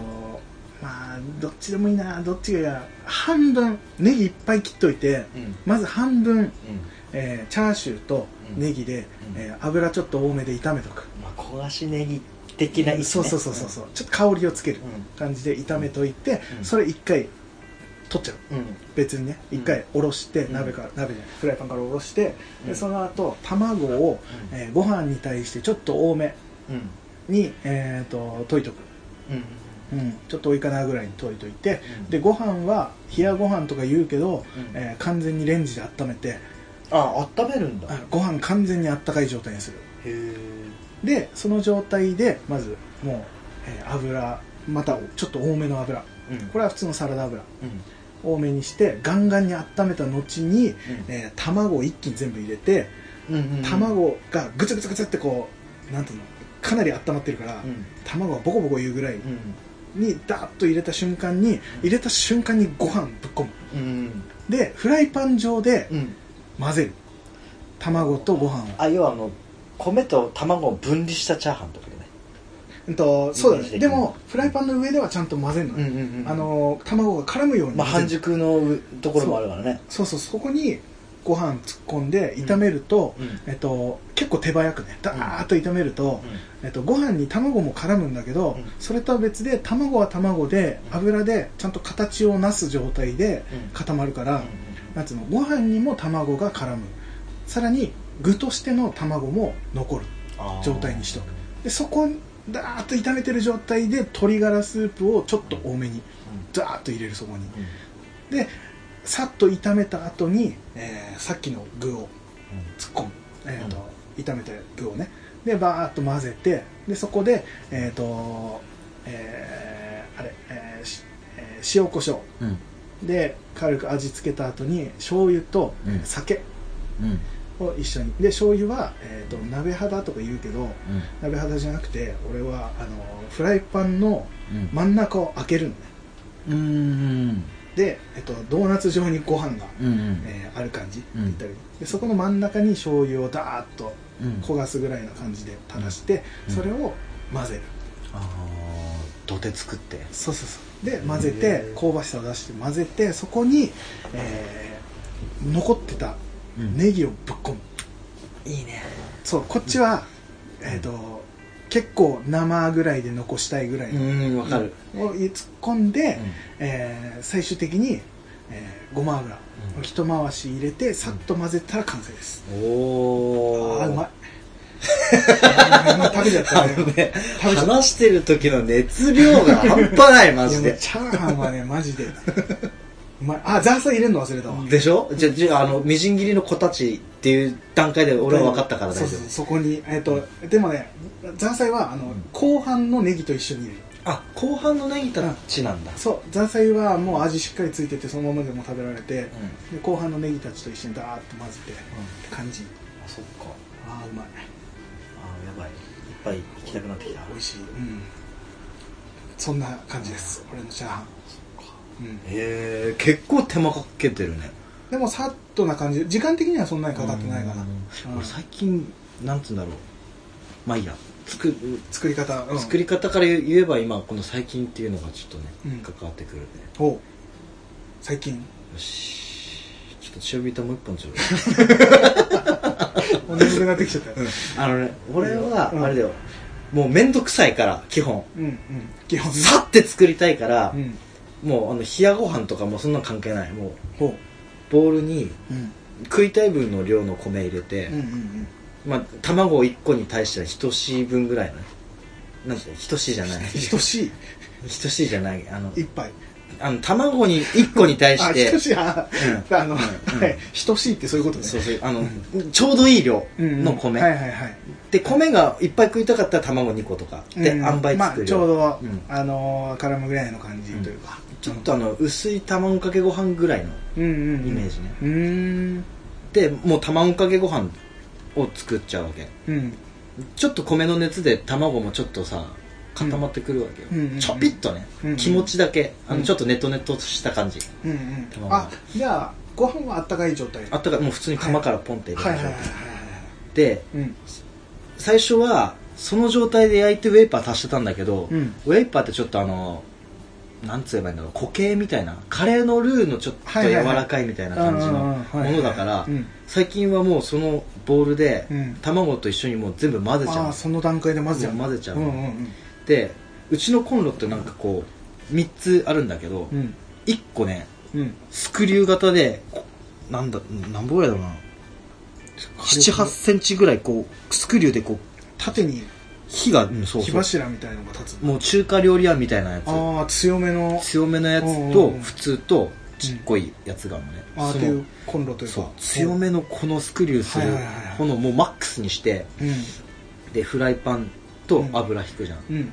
A: まあどっちでもいいなどっちがいいな半分ネギいっぱい切っといて
B: うんうん
A: まず半分、えーチャーシューとネギで、
B: うん
A: えー油ちょっと多めで炒めとく
B: まあ焦がしネギ的な意思ね
A: そうそうそうそうそうちょっと香りをつける
B: う
A: 感じで炒めといて、
B: うん
A: それ一回取っちゃうん
B: うん
A: 別にね
B: うん
A: 一回おろして、
B: うん
A: 鍋から鍋じゃないフライパンからおろして、
B: うん
A: でその後卵を、
B: うん
A: えーご飯に対してちょっと多め
B: うん
A: に、えー、と溶いとく、
B: うん
A: うん、ちょっと多いかなぐらいに溶いといてでご飯は冷やご飯とか言うけど、
B: うん
A: えー完全にレンジで温めて
B: あ温めるんだ
A: あ
B: へ
A: ご飯完全にあったかい状態にする
B: え
A: でその状態でまずもう、えー油またちょっと多めの油
B: うん
A: これは普通のサラダ油
B: うんうん
A: 多めにしてガンガンに温めた後に、えー卵を一気に全部入れて、
B: うんうん
A: 卵がぐつぐつぐつってこうなんていうのかなり温まってるから、
B: うん
A: 卵がボコボコ言うぐらい
B: うん
A: にダーッと入れた瞬間に入れた瞬間にご飯ぶっ込む
B: うん
A: でフライパン上で
B: うん
A: 混ぜる卵とご飯を
B: あ要はあの米と卵を分離したチャーハンってことね
A: うんとそうだ
B: いい
A: ね
B: ね
A: でもフライパンの上ではちゃんと混ぜるの、
B: ん
A: あの卵が絡むように
B: まあ
A: 混
B: 半
A: ぜる
B: 熟のうところもあるからね
A: そうそうそこにご飯突っ込んで炒めると、
B: うん
A: えっと、結構手早くねダーッと炒めると、えっと、ご飯に卵も絡むんだけど、
B: うん
A: それとは別で卵は卵で
B: うん
A: 油でちゃんと形をなす状態で
B: うん
A: 固まるから、なんつうのご飯にも卵が絡むさらに具としての卵も残る
B: あー
A: 状態にしとくでそこダーッと炒めてる状態で鶏ガラスープをちょっと多めにザーッと入れるそこに
B: うん
A: でさっと炒めた後に、えーさっきの具を突っ込む、えーと炒めた具をねでバーッと混ぜてでそこでえっ、とえーあれ、えーしえー塩コショ
B: うんうん
A: ウで軽く味付けた後に醤油と
B: うん
A: 酒
B: うんうん
A: を一緒にで醤油は、えー、と鍋肌とか言うけど
B: うん
A: 鍋肌じゃなくて俺はあのフライパンの
B: うん
A: 真ん中を開けるのね
B: うん
A: で、えっとドーナツ状にご飯が、
B: うん
A: えーある感じ、
B: うん
A: ぴったりでそこの真ん中に醤油をダーッと
B: うん
A: 焦がすぐらいの感じで垂らして、
B: うん
A: それを混ぜる
B: ああ土手作って
A: そうそうそうで混ぜ
B: へ
A: て
B: ー
A: 香ばしさを出して混ぜてそこに、えー残ってたネギをぶっ込む
B: いいね
A: そうこっちは、えっ、と結構生ぐらいで残したいぐらいの
B: うんわかる
A: を突っ込んで、
B: うん
A: えー最終的に、えーごま油
B: うん
A: 一回し入れてさっと混ぜたら完成です、
B: おー
A: ああうま いあー食べちゃったね
B: ね
A: 食べちゃった
B: 話してる時の熱量が半端ないマジ
A: いやも
B: で
A: うチャーハンはねマジでうまいあザーサイ入れるの忘れたわ
B: でしょじゃじゃあのみじん切りの子たちっていう段階で俺は分かったから大
A: そ
B: 丈
A: う
B: 夫
A: そうそうそこにえっ、とでもねザーサイはあの、後半のネギと一緒に入れる
B: あ後半のネギたちなんだ
A: そうザーサイはもう味しっかりついててそのままでも食べられて、
B: うんうん
A: で後半のネギたちと一緒にダーッと混ぜてって感じ
B: あそっか
A: ああうまい
B: あーやばいいっぱい行きたくなってきた
A: 美味しいうんそんな感じです俺のチャーハンうん
B: へえ結構手間かけてるね
A: でもさっとな感じで時間的にはそんなにかかってないかな、
B: うん
A: うん
B: 俺最近なんつうんだろうまあいいや作
A: 作り方、うん、
B: 作り方から言えば今この最近っていうのがちょっとね、
A: うん
B: 関わってくるね
A: おう最近
B: よしちょっと塩ビタもう一本ちょうだい
A: お眠くなってきちゃったよ
B: あのね俺は
A: うん
B: あれだよ、もうめんどくさいから基本
A: うんうん基本
B: さって作りたいから
A: う、ん
B: もうあの冷やご飯とかもそんなの関係ないもう
A: ほ
B: ボウルに
A: ううん
B: 食いたい分の量の米入れて、
A: うんうん
B: まあ、卵1個に対しては等しい分ぐらいのねなんていうの等しいじゃな
A: う
B: い
A: ん等しい
B: 等しいじゃないあの
A: 一杯
B: あの卵に1個に対し
A: あ
B: て
A: 等しいあ
B: う
A: あの、
B: うん
A: はい等しいってそういうことね
B: そうそうあのちょうどいい量
A: うんうん
B: の米、
A: はいはいはい
B: で米がいっぱい食いたかったら卵2個とかで、
A: うん
B: 塩梅
A: まあ
B: 作る
A: ちょうど、
B: うん
A: あのー絡むぐらいの感じというか、
B: ちょっとあの薄い卵かけご飯ぐらいの
A: うんうんうん
B: イメージね
A: うーん
B: でもう卵かけご飯を作っちゃうわけ
A: うん
B: ちょっと米の熱で卵もちょっとさ固まってくるわけよ、
A: うんうんうんうん
B: ちょびっとね、
A: うんうん
B: 気持ちだけあ
A: う
B: の
A: ん
B: ちょっとネトネトした感じ、
A: うんうん
B: 卵
A: あじゃあご飯はあったかい状態
B: あったかいもう普通に釜からポンって入れ
A: はい
B: る
A: はいは
B: 状
A: い
B: 態
A: はい
B: で
A: うん
B: 最初はその状態で焼いてウェイパー足してたんだけど、
A: うん
B: ウェイパーってちょっとあのなんつえばいいんだろう固形みたいなカレーのルーのちょっと
A: はい
B: 柔
A: はいはい
B: らかいみたいな感じの
A: うんうんうん
B: も
A: はいはい
B: のだから
A: うん
B: 最近はもうそのボールで
A: うん
B: 卵と一緒にもう全部混ぜち
A: あ
B: ゃ
A: あその段階で混ぜちゃう
B: もう混ぜちゃう
A: うんうんうん
B: うでうちのコンロってなんかこう3つあるんだけど
A: うん
B: 1個ね
A: うん
B: スクリュー型でこなんだ何本ぐらいだろうな78センチぐらいこうスクリューでこう
A: 縦に
B: 火が、うんそう
A: 火
B: そう
A: 柱みたいなのが立つ
B: もう中華料理屋みたいなやつ
A: ああ強めの
B: 強めのやつ
A: うん
B: と
A: うんうん
B: 普通とちっこいやつがあるのね、
A: ああ
B: そ
A: と
B: の
A: いうコンロという
B: そう
A: か
B: 強めのこのスクリューする
A: はいはいはいはい
B: このもうマックスにして
A: うん
B: でフライパンと油引くじゃん、
A: うん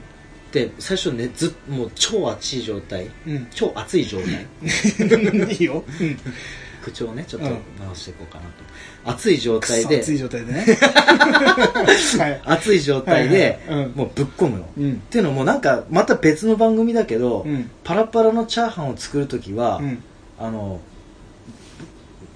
B: で最初ねずもう超熱い状態
A: うん
B: 超熱い状態
A: いいようん
B: 口をねちょっと
A: うん
B: 直していこうかなと、熱い状
A: く
B: 態
A: そ
B: で
A: 熱い状態で ねはい
B: 熱い状態で
A: はいはいうん
B: もうぶっ込むの、
A: うん
B: っていうのもなんかまた別の番組だけど、
A: うん
B: パラパラのチャーハンを作るときは、
A: うん
B: あの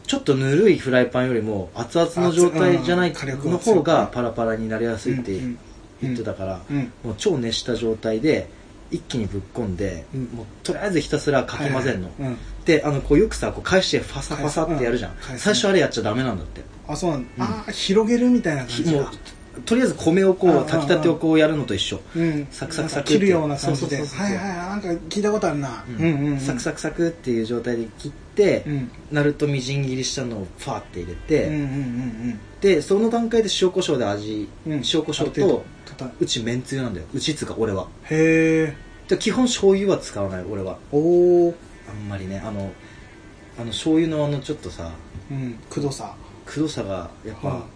B: ちょっとぬるいフライパンよりも熱々の状態じゃない
A: 熱うん火力
B: の
A: が強い
B: 方がパラパラになりやすいって
A: うん
B: 言ってたから
A: うんうん
B: もう超熱した状態で一気にぶっこんで
A: うん
B: もうとりあえずひたすらかき混ぜるの
A: はいはいうん
B: であのこうよくさこう返してファサファサってやるじゃん
A: 返すうん
B: 最初あれやっちゃダメなんだって
A: あそうなんだあー広げるみたいな感じ
B: も
A: だ
B: うとりあえず米をこう
A: うんうんうん
B: 炊きたてをこうやるのと一緒
A: うん
B: サクサク
A: なんか
B: サクって
A: 切るような感じで
B: そうそうそう
A: は
B: そ
A: い
B: う
A: はいはいなんか聞いたことあるな
B: う
A: うんんうん
B: サク
A: ク
B: サクサクっていう状態で切って
A: うん
B: なるとみじん切りしたのをファーって入れ
A: うんうん
B: てでその段階で塩コショウで味、
A: うんうんうん
B: 塩コショウ
A: ある程
B: と
A: 度固いう
B: ちめんつゆなんだようちっつうか俺は
A: へえ
B: で基本醤油は使わない俺は
A: おお
B: あんまりねあのあの醤油のあのちょっとさ
A: うんくどさ
B: くどさがやっぱ、
A: は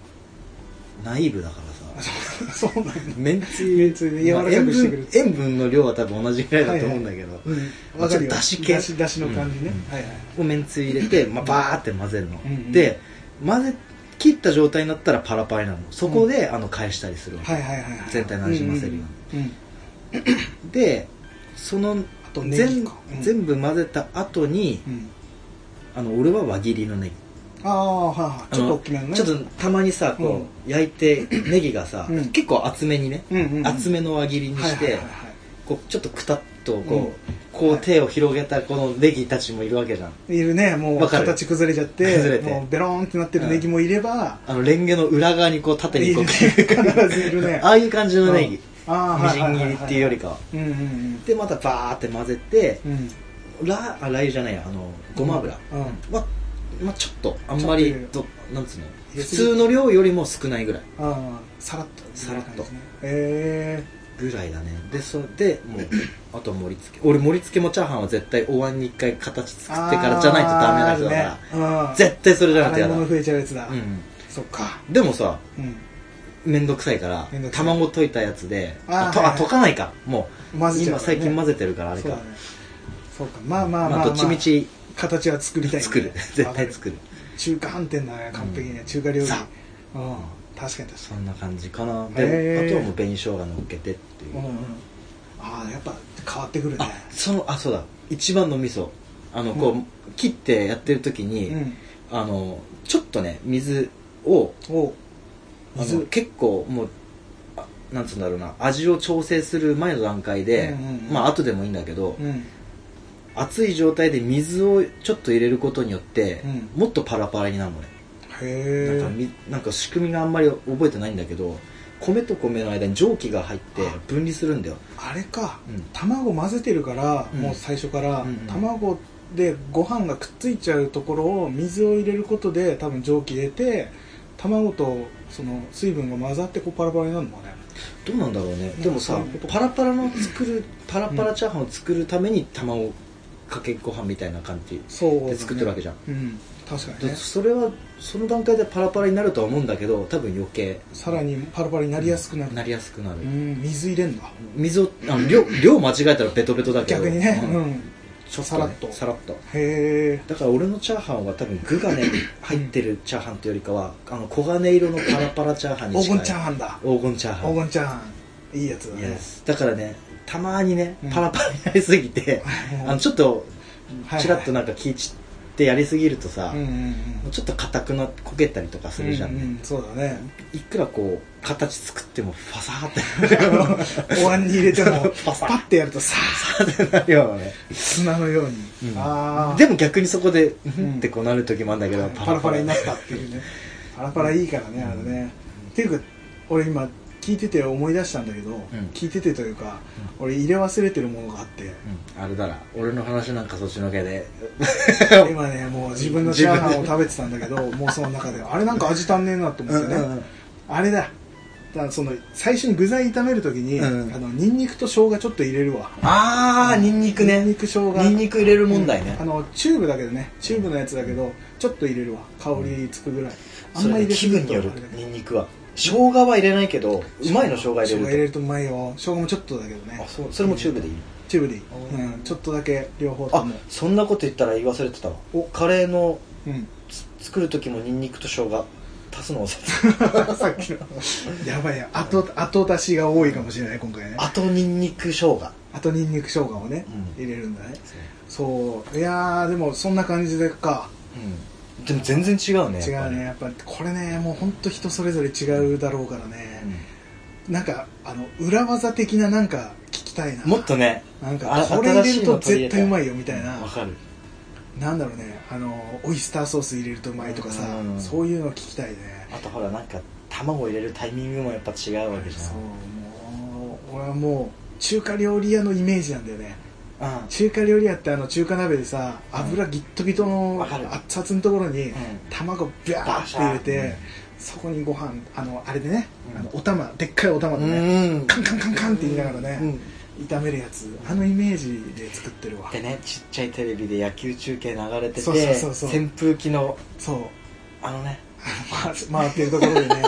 B: ナイーブだからさ
A: そうなんだ
B: めんつ
A: めんつゆで柔らかくしてくれる
B: まあ塩分塩分の量は多分同じぐらいだと思うんだけど、
A: うんわかるよ
B: ちょっと出汁系
A: 出汁出汁の感じね
B: うん
A: はいはい
B: をめんつゆ入れて、まあ、バーって混ぜるの、
A: うんうん
B: で混ぜ切った状態になったらパラパラになるのそこで、あの返したりするわけ、
A: はいはいはいはい
B: 全体なじませるよ
A: うんうんうん
B: でその
A: あとネギ
B: 全
A: かうん
B: 全部混ぜた後に、
A: うん
B: あの俺は輪切りのネギ
A: ああはいはいちょっと大きめのね
B: ちょっとたまにさこう、焼いてネギがさ、
A: うん
B: 結構厚めにね、
A: うんうんうん
B: 厚めの輪切りにして、
A: はいはいはいは
B: こうちょっとくたっとこう、
A: うん
B: こう手を広げたこのネギたちもいるわけじゃん
A: いいるねもう
B: わかる
A: 形崩れちゃって
B: 崩れて
A: もうベローンってなってるネギもいれば
B: あのレンゲの裏側にこう縦に
A: い
B: こ
A: る
B: う
A: ね必ずいるね
B: ああいう感じのネギ、
A: あ
B: み
A: ー
B: じん切りっていうよりかは、
A: うんうん
B: でまたバーって混ぜて
A: うんうん
B: ラーあラー油じゃないやあのごま油
A: うん
B: は、まあ、ちょっとあんまり
A: ちょっ
B: どなんつうの
A: 入れ
B: 普
A: すぎ
B: 通の量よりも少ないぐらい
A: あーさらっと
B: さらっと
A: 感じねへ
B: ぐらいだねでそれでも うあとは盛り付け俺盛り付けもチャーハンは絶対お椀に一回形
A: え
B: 作ってからじゃないとダメな人だから、
A: ら
B: 絶対それじゃなく
A: 洗
B: てや
A: い
B: だ、
A: 物
B: う
A: 増えちゃうやつだ
B: ん、
A: そっか
B: でもさ
A: うん
B: めんどくさいから
A: めんどくさい
B: 卵溶いたやつで
A: あー
B: あと
A: はい
B: あ
A: はい
B: 溶かないかもう
A: 混ぜちゃう
B: 今最近混ぜてるからあれ
A: そう
B: か
A: だねそうかまあまあまあ
B: まあどっちみち
A: 形は作りたいね
B: 作る 絶対作る
A: 中華飯店だね完璧ね中華料理
B: さ
A: うん確かに確か
B: そんな感じかな
A: へー
B: であとはもう紅生姜乗っけてっていう
A: にうんうんああやっぱ変わってくるね
B: あそのあそうだ一番の味噌あのこう、
A: うん
B: 切ってやってる時に、
A: うん
B: あのちょっとね水を
A: お
B: あ
A: 水
B: の結構もうあなんつうんだろうな味を調整する前の段階で、
A: うんうんうん
B: まあ後でもいいんだけど、
A: うん
B: 熱い状態で水をちょっと入れることによって、
A: う
B: もっとパラパラになるのね、
A: へ
B: なんか
A: え
B: みなんか仕組みがあんまり覚えてないんだけど米と米の間に蒸気が入って分離するんだよ
A: あれか、
B: うん
A: 卵混ぜてるから、
B: うん
A: もう最初から、
B: うんうん
A: 卵でご飯がくっついちゃうところを水を入れることで多分蒸気入れて卵とその水分が混ざってこうパラパラになるのかね
B: どうなんだろうね
A: うん
B: でもさ
A: そういうこと
B: パラパラの作るパラパラチャーハンを作るために卵かけご飯みたいな感じ
A: そうだね
B: で作ってるわけじゃん、
A: うん確かに
B: で
A: ね
B: それはその段階でパラパラになるとは思うんだけど多分余計
A: さらにパラパラになりやすくなる
B: なりやすくなる、
A: うん水入れんだ
B: 水をあの量量間違えたらベトベトだけど
A: 逆にね
B: う
A: うんん
B: ちょっと
A: さ
B: ね
A: らっと
B: さらっと
A: へえ
B: だから俺のチャーハンは多分具 がね入ってるチャーハンというよりかはあの黄金色のパラパラチャーハンに
A: 黄
B: 近い
A: 金チャーハンだ
B: 黄金チャーハン
A: 黄金チャーハンいいやつだね
B: Yes だからねたまにね
A: うん
B: パラパラになりすぎ て、
A: はい
B: あのちょっと
A: はい
B: ちらっとなんか気散ってやりすぎるとさ、
A: うんうんうん
B: ちょっと硬くなこけたりとかするじゃんね、
A: うんうんそうだね
B: いくらこう形作ってもファサーって
A: お椀に入れても
B: パサ
A: パッてやるとさ
B: ってなるよね、
A: 砂のように
B: うん
A: ああ
B: でも逆にそこで
A: ん
B: うんってこうなる時もあるんだけど、
A: パラパラになったっていうねパラパラいいからねあれねっていうか俺今聞いてて思い出したんだけど聞いててというか俺入れ忘れてるものがあって
B: うんあれだら俺の話なんかそっちのけで
A: 今ねもう自分のチャーハンを食べてたんだけ ど妄想の中ではあれなんか味足んねえなと思ってね、
B: うんうん
A: あれだだからその最初に具材炒める時に、
B: うん
A: あのニンニクと生姜ちょっと入れるわ
B: ああニンニク
A: ニンニ
B: ね
A: ク生姜
B: ニンニク入れる問題ね、
A: あのチューブだけどねチューブのやつだけどちょっと入れるわ香りつくぐらい、あ
B: そ
A: んま入
B: れね
A: れ
B: 気分による
A: あれだけど
B: ニンニクは生姜は入れないけどうまいの生姜入れると
A: 生姜入れるとうまいよ生姜もちょっとだけどね
B: あそうそれもチューブでいい
A: チューブでいい、
B: あー
A: うん、ちょっとだけ両方と
B: あ
A: も
B: そんなこと言ったら言い忘れてたわ
A: お
B: カレーの
A: うん
B: つ作る時もニンニクと生姜足すの忘れてた
A: さっきのやばいや後後出しが多いかもしれない今回ね
B: あとニンニク生姜
A: あとニンニク生姜をね、
B: うん
A: 入れるんだねそういやーでもそんな感じでか、
B: うんでも全然違うね
A: 違うねやっぱりこれねもう本当人それぞれ違うだろうから
B: や
A: ね
B: っぱ、ね
A: なんかあの裏技的ななんか聞きたいな
B: うんもっとね
A: なん
B: あ
A: かこれ入れると
B: 新しいの取り
A: 絶
B: 入れた
A: 対うまいよみたいな
B: わかる
A: なんだろうねあのオイスターソース入れるとうまいとかさ
B: うん
A: そういうの聞きたいね
B: あとほらなんか卵入れるタイミングもやっぱ違うわけじゃん
A: そうもう俺はもう中華料理屋のイメージなんだよね
B: うん
A: 中華料理屋ってあの中華鍋でさ
B: うん
A: 油ギットギトの
B: わかる
A: 熱々のところに
B: ん
A: 卵ビャーって入れ
B: バシャーう
A: て
B: ん
A: そこにご飯あのあれでね
B: うん
A: あのお玉でっかいお玉でね
B: うん
A: カンカンカンカンって言いながらね
B: うん
A: 炒めるやつあのイメージで作ってるわ
B: でねちっちゃいテレビで野球中継流れてて
A: そうそうそうそう
B: 扇風機の
A: そう
B: あのね
A: あの 回回ってるところでね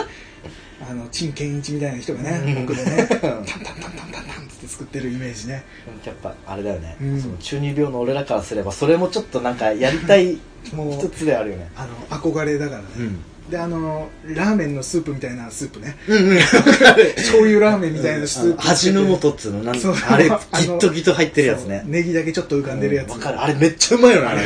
A: あの陳建一みたいな人がね
B: うん
A: 僕でねタンタ
B: うん
A: ンタンタンタンタンって作ってるイメージね
B: やっぱあれだよね、
A: うん
B: その中二病の俺らからすればそれもちょっとなんかやりたい
A: もう
B: 一つではあるよね
A: あの憧れだからね
B: ん
A: であのラーメンのスープみたいなスープね
B: うんうん
A: 醤油ラーメンみたいなスープ
B: 味の素っつうのなん
A: そう
B: あれギ
A: あの
B: ットギト入ってるやつね
A: そうネギだけちょっと浮かんでるやつ、
B: わかるあれめっちゃうまいよねあれね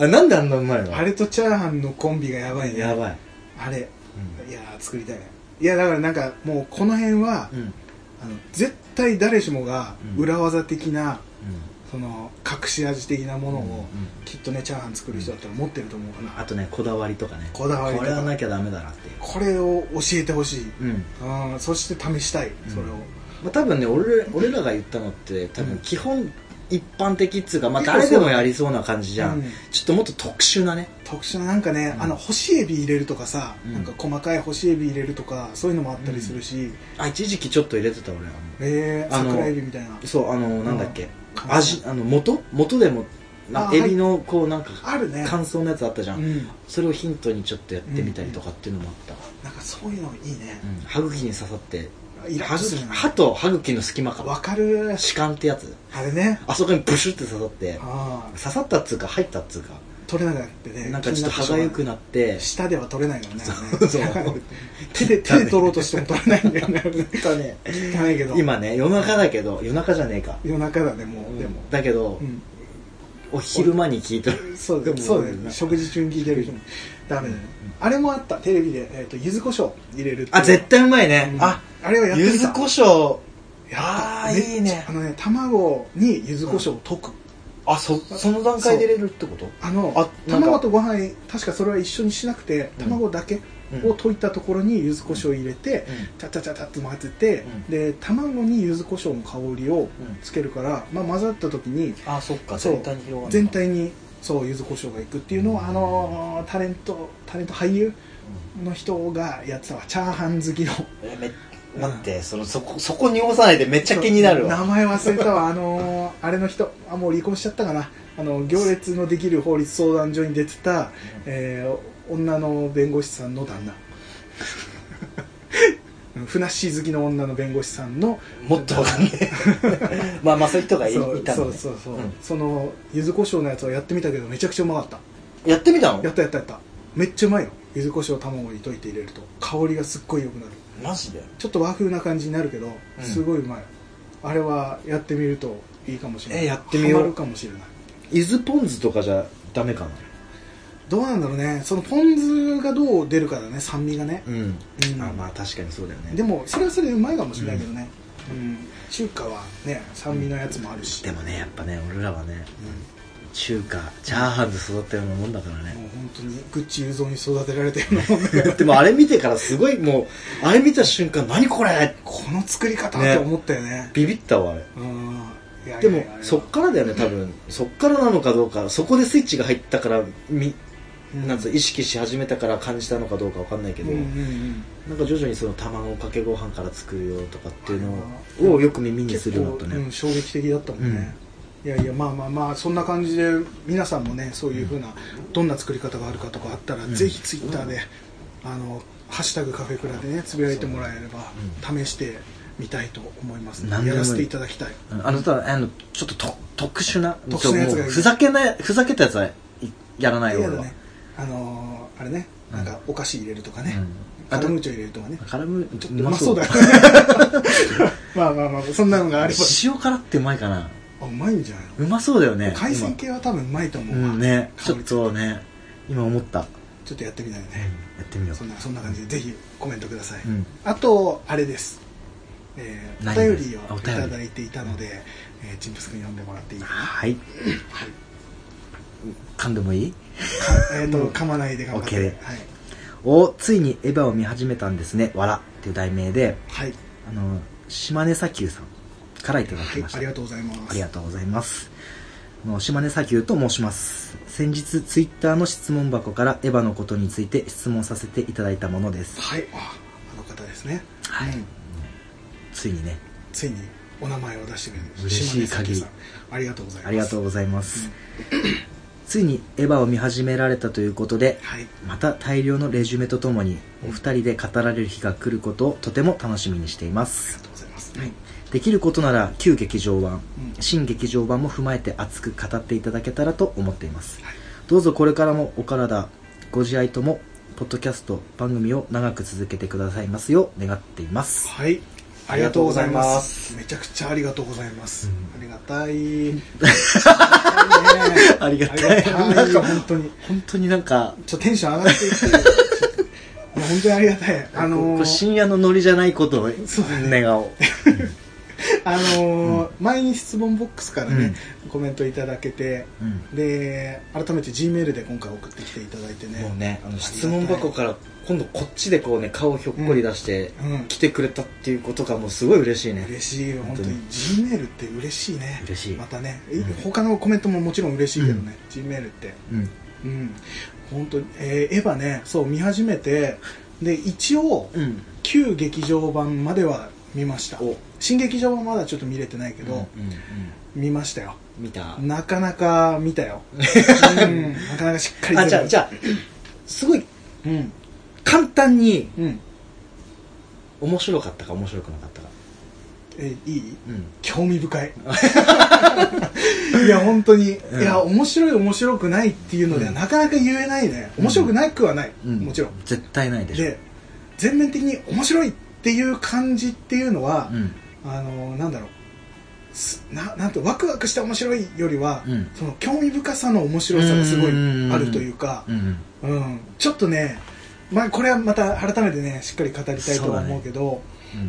B: あなんであんなうまいの
A: あれとチャーハンのコンビがやばいね
B: やばい
A: あれ
B: う
A: いやー作りたいいやだからなんかもうこの辺は、
B: ん
A: あの絶対誰しもが
B: うん
A: 裏技的な、その隠し味的なものを、
B: うんうん
A: きっとねチャーハン作る人だったら持ってると思うから、
B: あとねこだわりとかね
A: こだわりと
B: こ
A: か
B: れはなきゃダメだなっていう
A: これを教えてほしい、
B: うん
A: うん、そして試したいそれを、
B: まあ多分ね俺俺らが言ったのって多分基本一般的っつうかまあ
A: 結構そ
B: 誰
A: う
B: でもやりそうな感じじゃ
A: うんん
B: ちょっともっと特殊なね
A: 特殊ななんかね、
B: うん
A: あの干しエビ入れるとかさ、
B: うん
A: なんか細かい干しエビ入れるとかそういうのもあったりするし、
B: あ一時期ちょっと入れてた俺は
A: えー、
B: あの
A: 桜エビみたいな
B: そうあのなんだっけ
A: うん
B: 味あの元元でもな
A: あ
B: エビのこうなんか
A: あるね
B: 乾燥のやつあったじゃ
A: うんん
B: それをヒントにちょっとやってみたりとかっていうのもあったわ
A: なんかそういうのいいね、
B: うん歯茎に刺さって
A: イラッ
B: 歯
A: とす
B: 茎
A: るな
B: 歯と歯茎の隙間か
A: わかる
B: 歯間ってやつ
A: あれね
B: あそこにブシュって刺さって
A: ああ
B: 刺さったっつうか入ったっつうか
A: 取れなくなってね
B: なんかちょっと歯がゆく
A: な
B: なって
A: 下では取れないからね
B: そうそう
A: あれね手で手で取ろうとしても取れないんだよね
B: ね
A: 汚いけど
B: 今ね夜中だけど夜中じゃねえか
A: 夜中だねもう、でも、
B: だけど
A: うん、
B: お昼間に聞いとる
A: そうだ
B: でも
A: ねそうだよ
B: なん
A: ね
B: か
A: 食事中に聞いてる人もダメだよね、あれもあったテレビで、えー、と柚子胡椒入れるっていう
B: あ絶対うまいね
A: うん
B: あ
A: あれはやってみた
B: 柚子胡椒
A: や
B: あー
A: めっちゃ
B: いいね
A: あのね卵に柚子胡椒を溶く、
B: あそその段階で入れるってこと
A: あの
B: あなんか
A: 卵とご飯確かそれは一緒にしなくて
B: うん
A: 卵だけ
B: うん
A: を溶いたところに柚子胡椒を入れて、チャチャチャチャって混ぜて、
B: うん
A: で卵に柚子胡椒の香りを
B: うん
A: つけるから、まあ、混ざった時に
B: あそっか
A: そう
B: 全体に広がる
A: 全体にそう柚子胡椒がいくっていうのを、あのータレントタレント俳優の人がやってたわチャーハン好きの
B: うんえめ待ってそのそこそこ濁さないでめっちゃ気になる
A: 名
B: わ
A: 前忘れたわあのーあれの人あもう離婚しちゃったかなあの行列のできる法律相談所に出てた、えー女の弁護士さんの旦那 うんふなっしー好きの女の弁護士さんの
B: もっとわかんねえ まあまあそういう人がいい
A: そう
B: た
A: そ
B: の
A: う
B: ね
A: そうそう、
B: うん
A: その柚子胡椒のやつをやってみたけどめちゃくちゃうまかった
B: やってみたの
A: やったやったやっためっちゃうまいよ柚子胡椒卵に溶いて入れると香りがすっごい良くなる
B: マジで
A: ちょっと和風な感じになるけど
B: うん
A: すごいうまい、あれはやってみるといいかもしれない
B: えやってみよう
A: ハマるかもしれない
B: 伊豆ポン酢とかじゃダメかな
A: どうなんだろうねそのポン酢がどう出るかだね酸味がね、
B: うん
A: うん
B: あまあ確かにそうだよね
A: でもそれはそれでうまいかもしれないけどね、うん中華はね酸味のやつもあるし、
B: でもねやっぱね俺らはね
A: う
B: 中華チャーハンで育ったようなもんだから
A: ん、
B: ね
A: もう本当にグッチ雄三に育てられてるの
B: でもあれ見てからすごいもうあれ見た瞬間何これ
A: この作り方
B: ね
A: と思ったよね
B: ビビったわあれ
A: うんいやいやいや
B: でもそっからだよね多分そっからなのかどうかそこでスイッチが入ったからみ
A: うん
B: なんつう意識し始めたから感じたのかどうかわかんないけ
A: うん
B: ど、
A: うんうん
B: なんか徐々にその卵かけご飯から作るよとかっていう
A: あー
B: のをよく耳にするようになった
A: 結構うん、
B: ね
A: 衝撃的だったもんね、いやいやまあまあまあそんな感じで皆さんもねそういうふうな、どんな作り方があるかとかあったら、
B: うん
A: ぜひツイッターで「あのハッシュタグカフェクラ」でねつぶやいてもらえれば、試してみたいと思います、
B: 何で
A: や
B: もいい
A: らせていただきたい
B: あのただあのちょっとと特殊な
A: 特殊なやつがいい
B: もうふざけないふざけたやつはいやらない
A: い
B: 俺
A: や
B: は、
A: ねあのーあれねなんかお菓子入れるとかね、
B: うん
A: カラムーチョ入れるとかね
B: 絡む
A: ちょっとうまそうだよね まあまあまあそんなのがあれば
B: 塩辛ってうまいかな
A: あうまいんじゃないの
B: うまそうだよね
A: 海鮮系は多分うまいと思
B: う
A: うわ、
B: んねち
A: 香
B: ょっ
A: り
B: とね今思ったや
A: ちょっとやってみたいね、
B: ってみよう
A: そんなそんな感じでぜひコメントください、
B: うん
A: あとあれです、えー
B: 何
A: お便りを
B: あお
A: い
B: 便り
A: ただいていたので、えー、チンプス君読んでもらっていいかな、
B: はい噛んでもいい
A: かえー、と噛まないで頑張って、
B: OK
A: はい、
B: おついにエヴァを見始めたんですね「わら」っていう題名で
A: はい
B: あの島根砂丘さんからいただきまし
A: は
B: た、
A: い、ありがとうございます
B: ありがとうございます。あの島根砂丘と申します。先日、ツイッターの質問箱からエヴァのことについて質問させていただいたものです。
A: はいああの方ですね
B: はい
A: うん
B: ついにね、
A: ついにお名前を出してくれる
B: 嬉しい限り
A: 島根咲さんありがとうございます
B: ありがとう
A: う
B: ございます。ついにエヴァを見始められたということで、
A: はい
B: また大量のレジュメとともに、お二人で語られる日が来ることをとても楽しみにしていま
A: ありが
B: す。
A: とうございます、
B: はいできることなら、旧劇場版、
A: うん
B: 新劇場版も踏まえて熱く語っていただけたらと思っています。
A: はい
B: どうぞこれからもお体ご自愛ともポッドキャスト番組を長く続けてくださいますよう願っています
A: はいありがとうございます
B: ありがとうございま
A: めちゃくちゃありがとうございます、
B: うん
A: ありがた い
B: ありがたい
A: ありがたい本当に
B: 本当になんか
A: ちょっとテンション上がっていってるいや本当にありがた いあの
B: こう
A: ー、
B: 深夜のノリじゃないことを
A: そうだね
B: 願おう
A: あのー前に質問ボックスからね、コメントいただけて
B: うん
A: で改めて G メールで今回送ってきていただいてね
B: もうねあの
A: りがたい
B: 質問箱から今度こっちでこうね顔ひょっこり出して
A: うん
B: 来てくれたっていうことがもうすごい嬉しいね
A: 嬉しいよ本当
B: 本
A: に G メールって嬉しいね
B: 嬉しい
A: またね、
B: うん
A: 他のコメントももちろん嬉しいけどね、G メールって
B: うん
A: うん本当に、えーエヴァねそう見始めてで一応
B: うん
A: 旧劇場版までは見ました
B: お
A: 新劇場版まだちょっと見れてないけ
B: け
A: ど、
B: どうんうん
A: 見ましたよ
B: 見た
A: なかなか見た よ、うん、なかなかしっかり
B: あじゃあじ
A: ゃ
B: ゃあすごい
A: うん
B: 簡単に
A: うん
B: 面白かったか面白くなかったか
A: えいい
B: うん
A: 興味 深いいや本当に、
B: うん
A: いや面白い面白くないっていうのでは
B: うん
A: なかなか言えないね面白くなくはない、
B: うん
A: もちろん
B: 絶対ないでしょ
A: で全面的に面白いっていう感じっていうのは
B: う、ん
A: あのなんだろうすななんてワクワクして面白いよりは、
B: うん
A: その興味深さの面白さがすごいあるというか、
B: うん
A: うん、ちょっとね、まあ、これはまた改めてねしっかり語りたいとは思うけど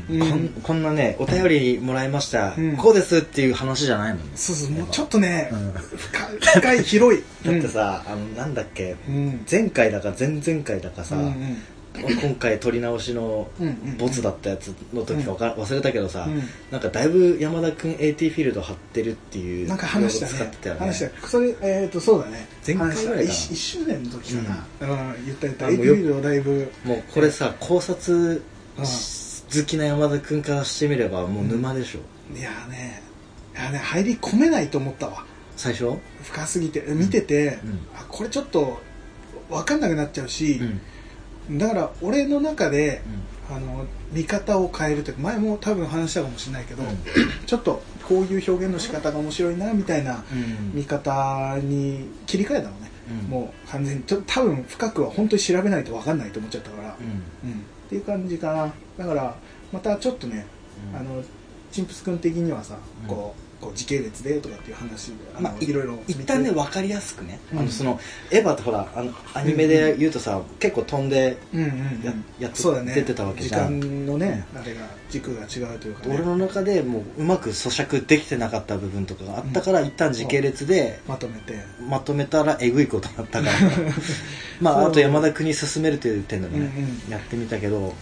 B: うん
A: うん
B: こんこんなねお便りもらいました、
A: うん
B: こうですっていう話じゃないもんね、
A: そうそうもうちょっとね、
B: うん
A: 深い深い広い
B: だってさあのなんだっけ
A: うん、うん
B: 前回だか前々回だかさ、
A: うんうん
B: 今回撮り直しの
A: うんうんうん
B: ボツだったやつの時かわか忘れたけどさ、
A: うん
B: なんかだいぶ山田君 AT フィールド張ってるっていう
A: なんか話した
B: 用語使
A: ね
B: ってたよね
A: 話したそれえっ、とそうだね
B: 前回ぐらいかな
A: 話した 1, 周年の時かな、うん言った言った
B: あ
A: エ
B: も
A: イプ
B: うよ
A: リルをだいぶ
B: もうこれさ考察
A: うん
B: し好きな山田君からしてみればもう沼でしょ、
A: いやーねいやーね入り込めないと思ったわ
B: 最初うん
A: 深すぎて見てて、
B: うん
A: あこれちょっと分かんなくなっちゃうし、だから俺の中であの見方を変えるというか前も多分話したかもしれないけど、
B: うん
A: ちょっとこういう表現の仕方が面白いなみたいな
B: うん
A: 見方に切り替えたのね、
B: うん
A: もう完全にちょ多分深くは本当に調べないと分かんないと思っちゃったから、うんっていう感じかなだからまたちょっとね、
B: うん
A: あのチンプス君的にはさ、
B: うん
A: こうこう時系列でとかっていう話
B: あの
A: まあいろいろ
B: 一旦ね分かりやすくね、
A: うん
B: あのそのエヴァってほらあのアニメで言うとさ、結構飛んで
A: うんうんうん
B: ややっと
A: そうだね
B: 出てたわけじゃん
A: 時間のね、あれが軸が違うというか、ね、
B: 俺の中でもううまく咀嚼できてなかった部分とかがあったから、一旦時系列で
A: まとめて
B: まとめたらえぐいことになっ たからまああと山田君に進めるという点でもね、
A: うん
B: やってみたけど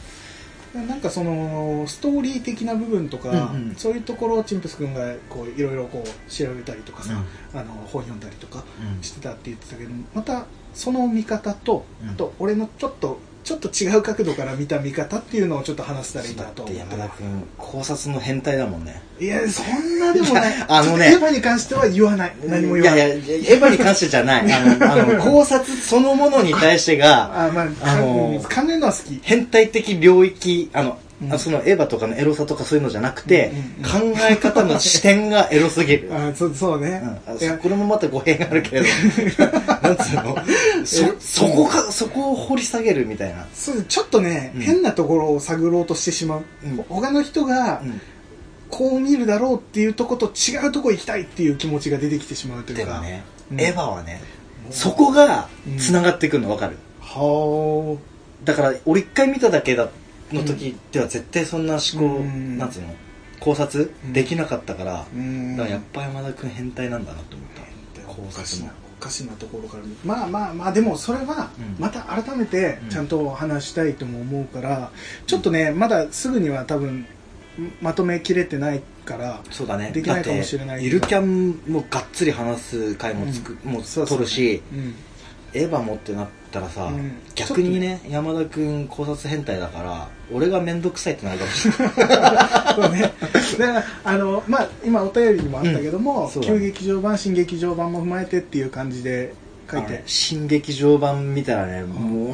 A: なんかそのストーリー的な部分とか、
B: うんうん
A: そういうところをチンプス君がこういろいろこう調べたりとかさ、あの本読んだりとかしてたって言ってたけどまたその見方と、
B: うん
A: あと俺のちょっとちょっと違う角度から見た見方っていうのをちょっと話せたらいいな
B: だっ
A: と
B: て
A: 思った
B: 山田君考察の変態だもんね
A: いやそんなでもない
B: いやあのね
A: ちょっとエヴァに関しては言わない何も言わない
B: いやいやエヴァに関してじ ゃないあのあの考察そのものに対してが
A: あまあ、
B: あのー
A: 関連のは好き
B: 変態的領域あの、
A: うん
B: あそのエヴァとかのエロさとかそういうのじゃなくて、
A: うん
B: 考え方の視点がエロ すぎる、うん、あ
A: あそうそうね、い
B: そ
A: や
B: これもまた語弊があ るけれどなんつうのそそこかそこを掘り下げるみたいな、
A: そうちょっとね、
B: うん
A: 変なところを探ろうとしてしまう、
B: うん
A: 他の人が
B: うん
A: こう見るだろうっていうとこと違うとこ行きたいっていう気持ちが出てきてしまうとい
B: で
A: うか
B: もね、
A: うん
B: エヴァはねそこが繋がってくるの分かる、
A: は
B: だから俺一回見ただけだの時では絶対そんな思考、
A: うん
B: なんつうの考察できなかったから、
A: あうん
B: だからやっぱ山田君変態なんだなと思った
A: お
B: 考
A: かし
B: 察も
A: なおかしなところから見まあまあまあでもそれは
B: うん
A: また改めて
B: うん
A: ちゃんと話したいとも思うから、ちょっとねまだすぐには多分まとめきれてないから
B: そうだね
A: できないかもしれない
B: だっ
A: け
B: て
A: ど
B: ゆるキャンもがっつり話す回もつく、もう
A: そうそう
B: 取るし
A: うん
B: エヴァもってなったらさ、
A: うん
B: 逆にね山田君考察変態だから俺が面倒くさいってなるかもし れない
A: そう ね、だからあの、まあ、今お便りにもあったけど
B: う
A: も
B: んそうだね
A: 旧劇場版新劇場版も踏まえてっていう感じで書い
B: あ
A: て
B: の新劇場版見たらね、もう、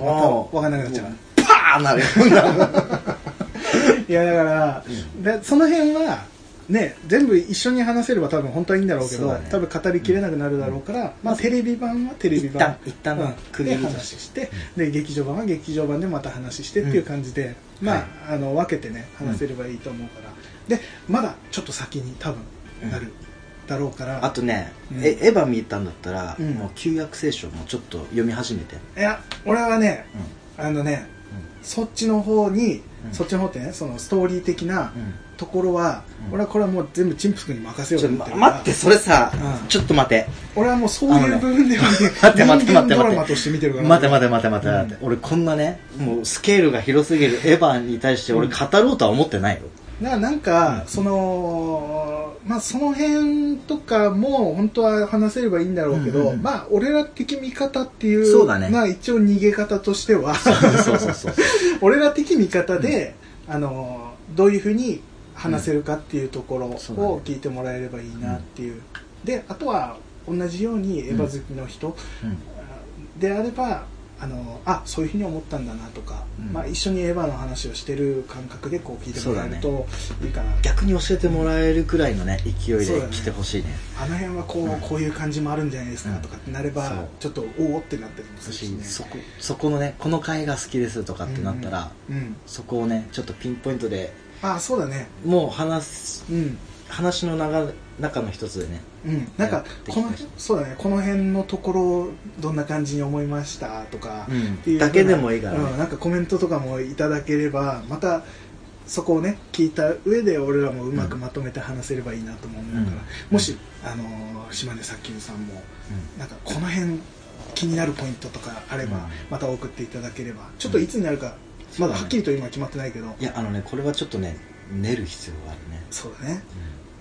A: また分かんなくなっちゃう
B: もパーなる よ
A: いやだから、でその辺はね全部一緒に話せれば多分本当はいいんだろうけ
B: そう
A: ど
B: だね
A: 多分語りきれなくなるだろうから、まあテレビ版はテレビ版
B: 一旦一旦
A: うん
B: 区切
A: で
B: りとして
A: 話して、 で劇場版は劇場版でまた話してっていう感じで、
B: うん
A: まあ,、
B: はい
A: あの分けてね話せればいいと思うから、でまだちょっと先に多分なるだろうから、
B: あとね、
A: うん
B: えエヴァ見たんだったら、
A: うん
B: もう旧約聖書もちょっと読み始めて、
A: いや俺はね
B: うん
A: あのねそっちの方に、
B: うん
A: そっちの方ってねそのストーリー的な
B: うん
A: ところは、
B: うん
A: 俺はこれはもう全部チンプス君に任せよう
B: ち
A: と
B: ょ
A: 思ってる
B: ま
A: から
B: 待ってそれさ、
A: うん
B: ちょっと待て
A: 俺はもうそういう部分ではね
B: 待って待って待っ
A: 人
B: て待って
A: 間ドラマとして見てるから
B: 待て待て待て待て
A: うん
B: 待て、俺こんなねもうスケールが広すぎるエヴァに対して俺
A: うん
B: 語ろうとは思ってな いよ、
A: ななんか、
B: うん
A: そのまあその辺とかも本当は話せればいいんだろうけど、
B: うんうんうん
A: まあ俺ら的見方っていう
B: そうだね
A: まあ一応逃げ方としては
B: そうそうそうそう
A: 俺ら的見方で、あのどういうふうに話せるかっていうところを
B: そうだね
A: 聞いてもらえればいいなっていう、であとは同じようにエヴァ好きの人、
B: うん
A: であればあのあそういうふうに思ったんだなとか、
B: うん
A: まあ、一緒にエヴァの話をしてる感覚でこう聞いてもらえる
B: そ
A: といいかな、
B: 逆に教えてもらえるくらいのね勢い
A: そう
B: で
A: だね
B: 来てほしいね
A: あの辺はこう,、
B: うん
A: こういう感じもあるんじゃないですか
B: うん
A: とかってなれば、
B: そう
A: ちょっとおおってなったりもするし、ね、
B: 私そこそこのねこの回が好きですとかってなったら、
A: うん、うん
B: そこをねちょっとピンポイントで
A: あそうだね
B: もう話す
A: うん
B: 話の中中の一つでね
A: うん、なん
B: や
A: か
B: ってい
A: こ
B: き
A: の
B: ましょう
A: そうだねこの辺のところどんな感じに思いましたとか、っていう
B: だけでもいいからね
A: うん、なんかコメントとかもいただければまたそこをね聞いた上で俺らもうまくまとめて話せればいいなとも思うから、
B: うん
A: もし、あのー島根作球さんもなんかこの辺気になるポイントとかあれば、
B: うん
A: また送っていただければちょっといつになるか、まだはっきりと今決まってないけど
B: いやあのねこれはちょっとね練る必要があるね
A: そうだね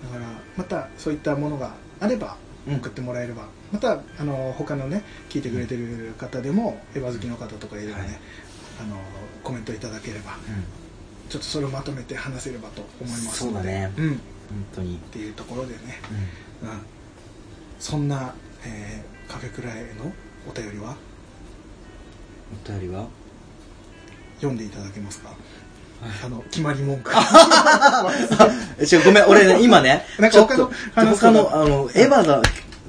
A: だからまたそういったものがあれば
B: うん
A: 送ってもらえれば、またあの他のね聞いてくれてる方でもエヴァ好きの方とかいればね、
B: はい
A: あのコメントいただければちょっとそれをまとめて話せればと思います
B: そうだね
A: うん、っ
B: 本当に、
A: ていうところでね、うん、そんな、えーカフェクラへのお便りは
B: お便りは
A: 読んでいただけますかあの決まり文句な
B: え違うごめん 俺ね今ね
A: んか他の話
B: 他のあのエヴァの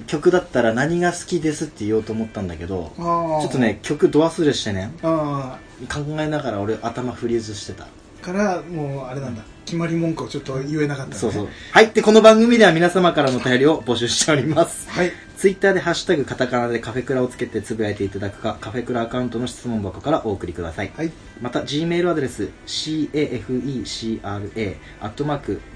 B: 曲だったら何が好きですって言おうと思ったんだけど
A: ち
B: ち
A: ょ
B: ょっとね曲ド忘れしてね
A: あ
B: 考えながら俺頭フリーズしてた
A: あからもうあれなんだ決まり文句をちょっと言えなかった、ね、
B: そうそうはいでこの番組では皆様からのお便りを募集しております
A: はい
B: ツイッターでハッシュタグカタカナでカフェクラをつけてつぶやいていただくかカフェクラアカウントの質問箱からお送りください
A: はい
B: また G メールアドレス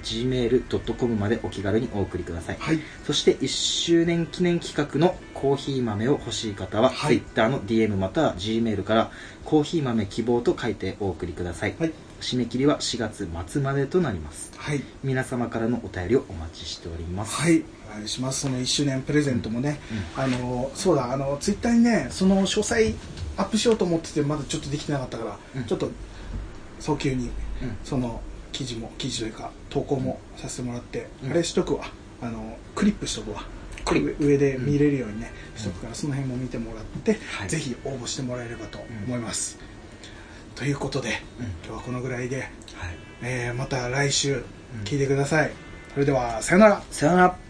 B: cafecra.gmail.com までお気軽にお送りください
A: はい
B: そして1周年記念企画のコーヒー豆を欲しい方は、
A: はい
B: Twitter の DM または G メールからコーヒー豆希望と書いてお送りください、
A: はい
B: 締め切りは4月末までとなります
A: はい
B: 皆様からのお便りをお待ちしております
A: はいお願いしますその1周年プレゼントもね、あのそうだあのツイッターにねその詳細アップしようと思っててまだちょっとできてなかったから、
B: うん
A: ちょっと早急に
B: うん
A: その記事も記事というか投稿もさせてもらって、
B: うん
A: あれしとくわあのクリップしとくわ
B: クリッ
A: 上上で見れるようにね、しとくからその辺も見てもらって、
B: はい
A: ぜひ応募してもらえればと思います、ということで
B: うん
A: 今日はこのぐらいで、
B: はい
A: えーまた来週
B: うん
A: 聞いてください、それではさよなら
B: さよなら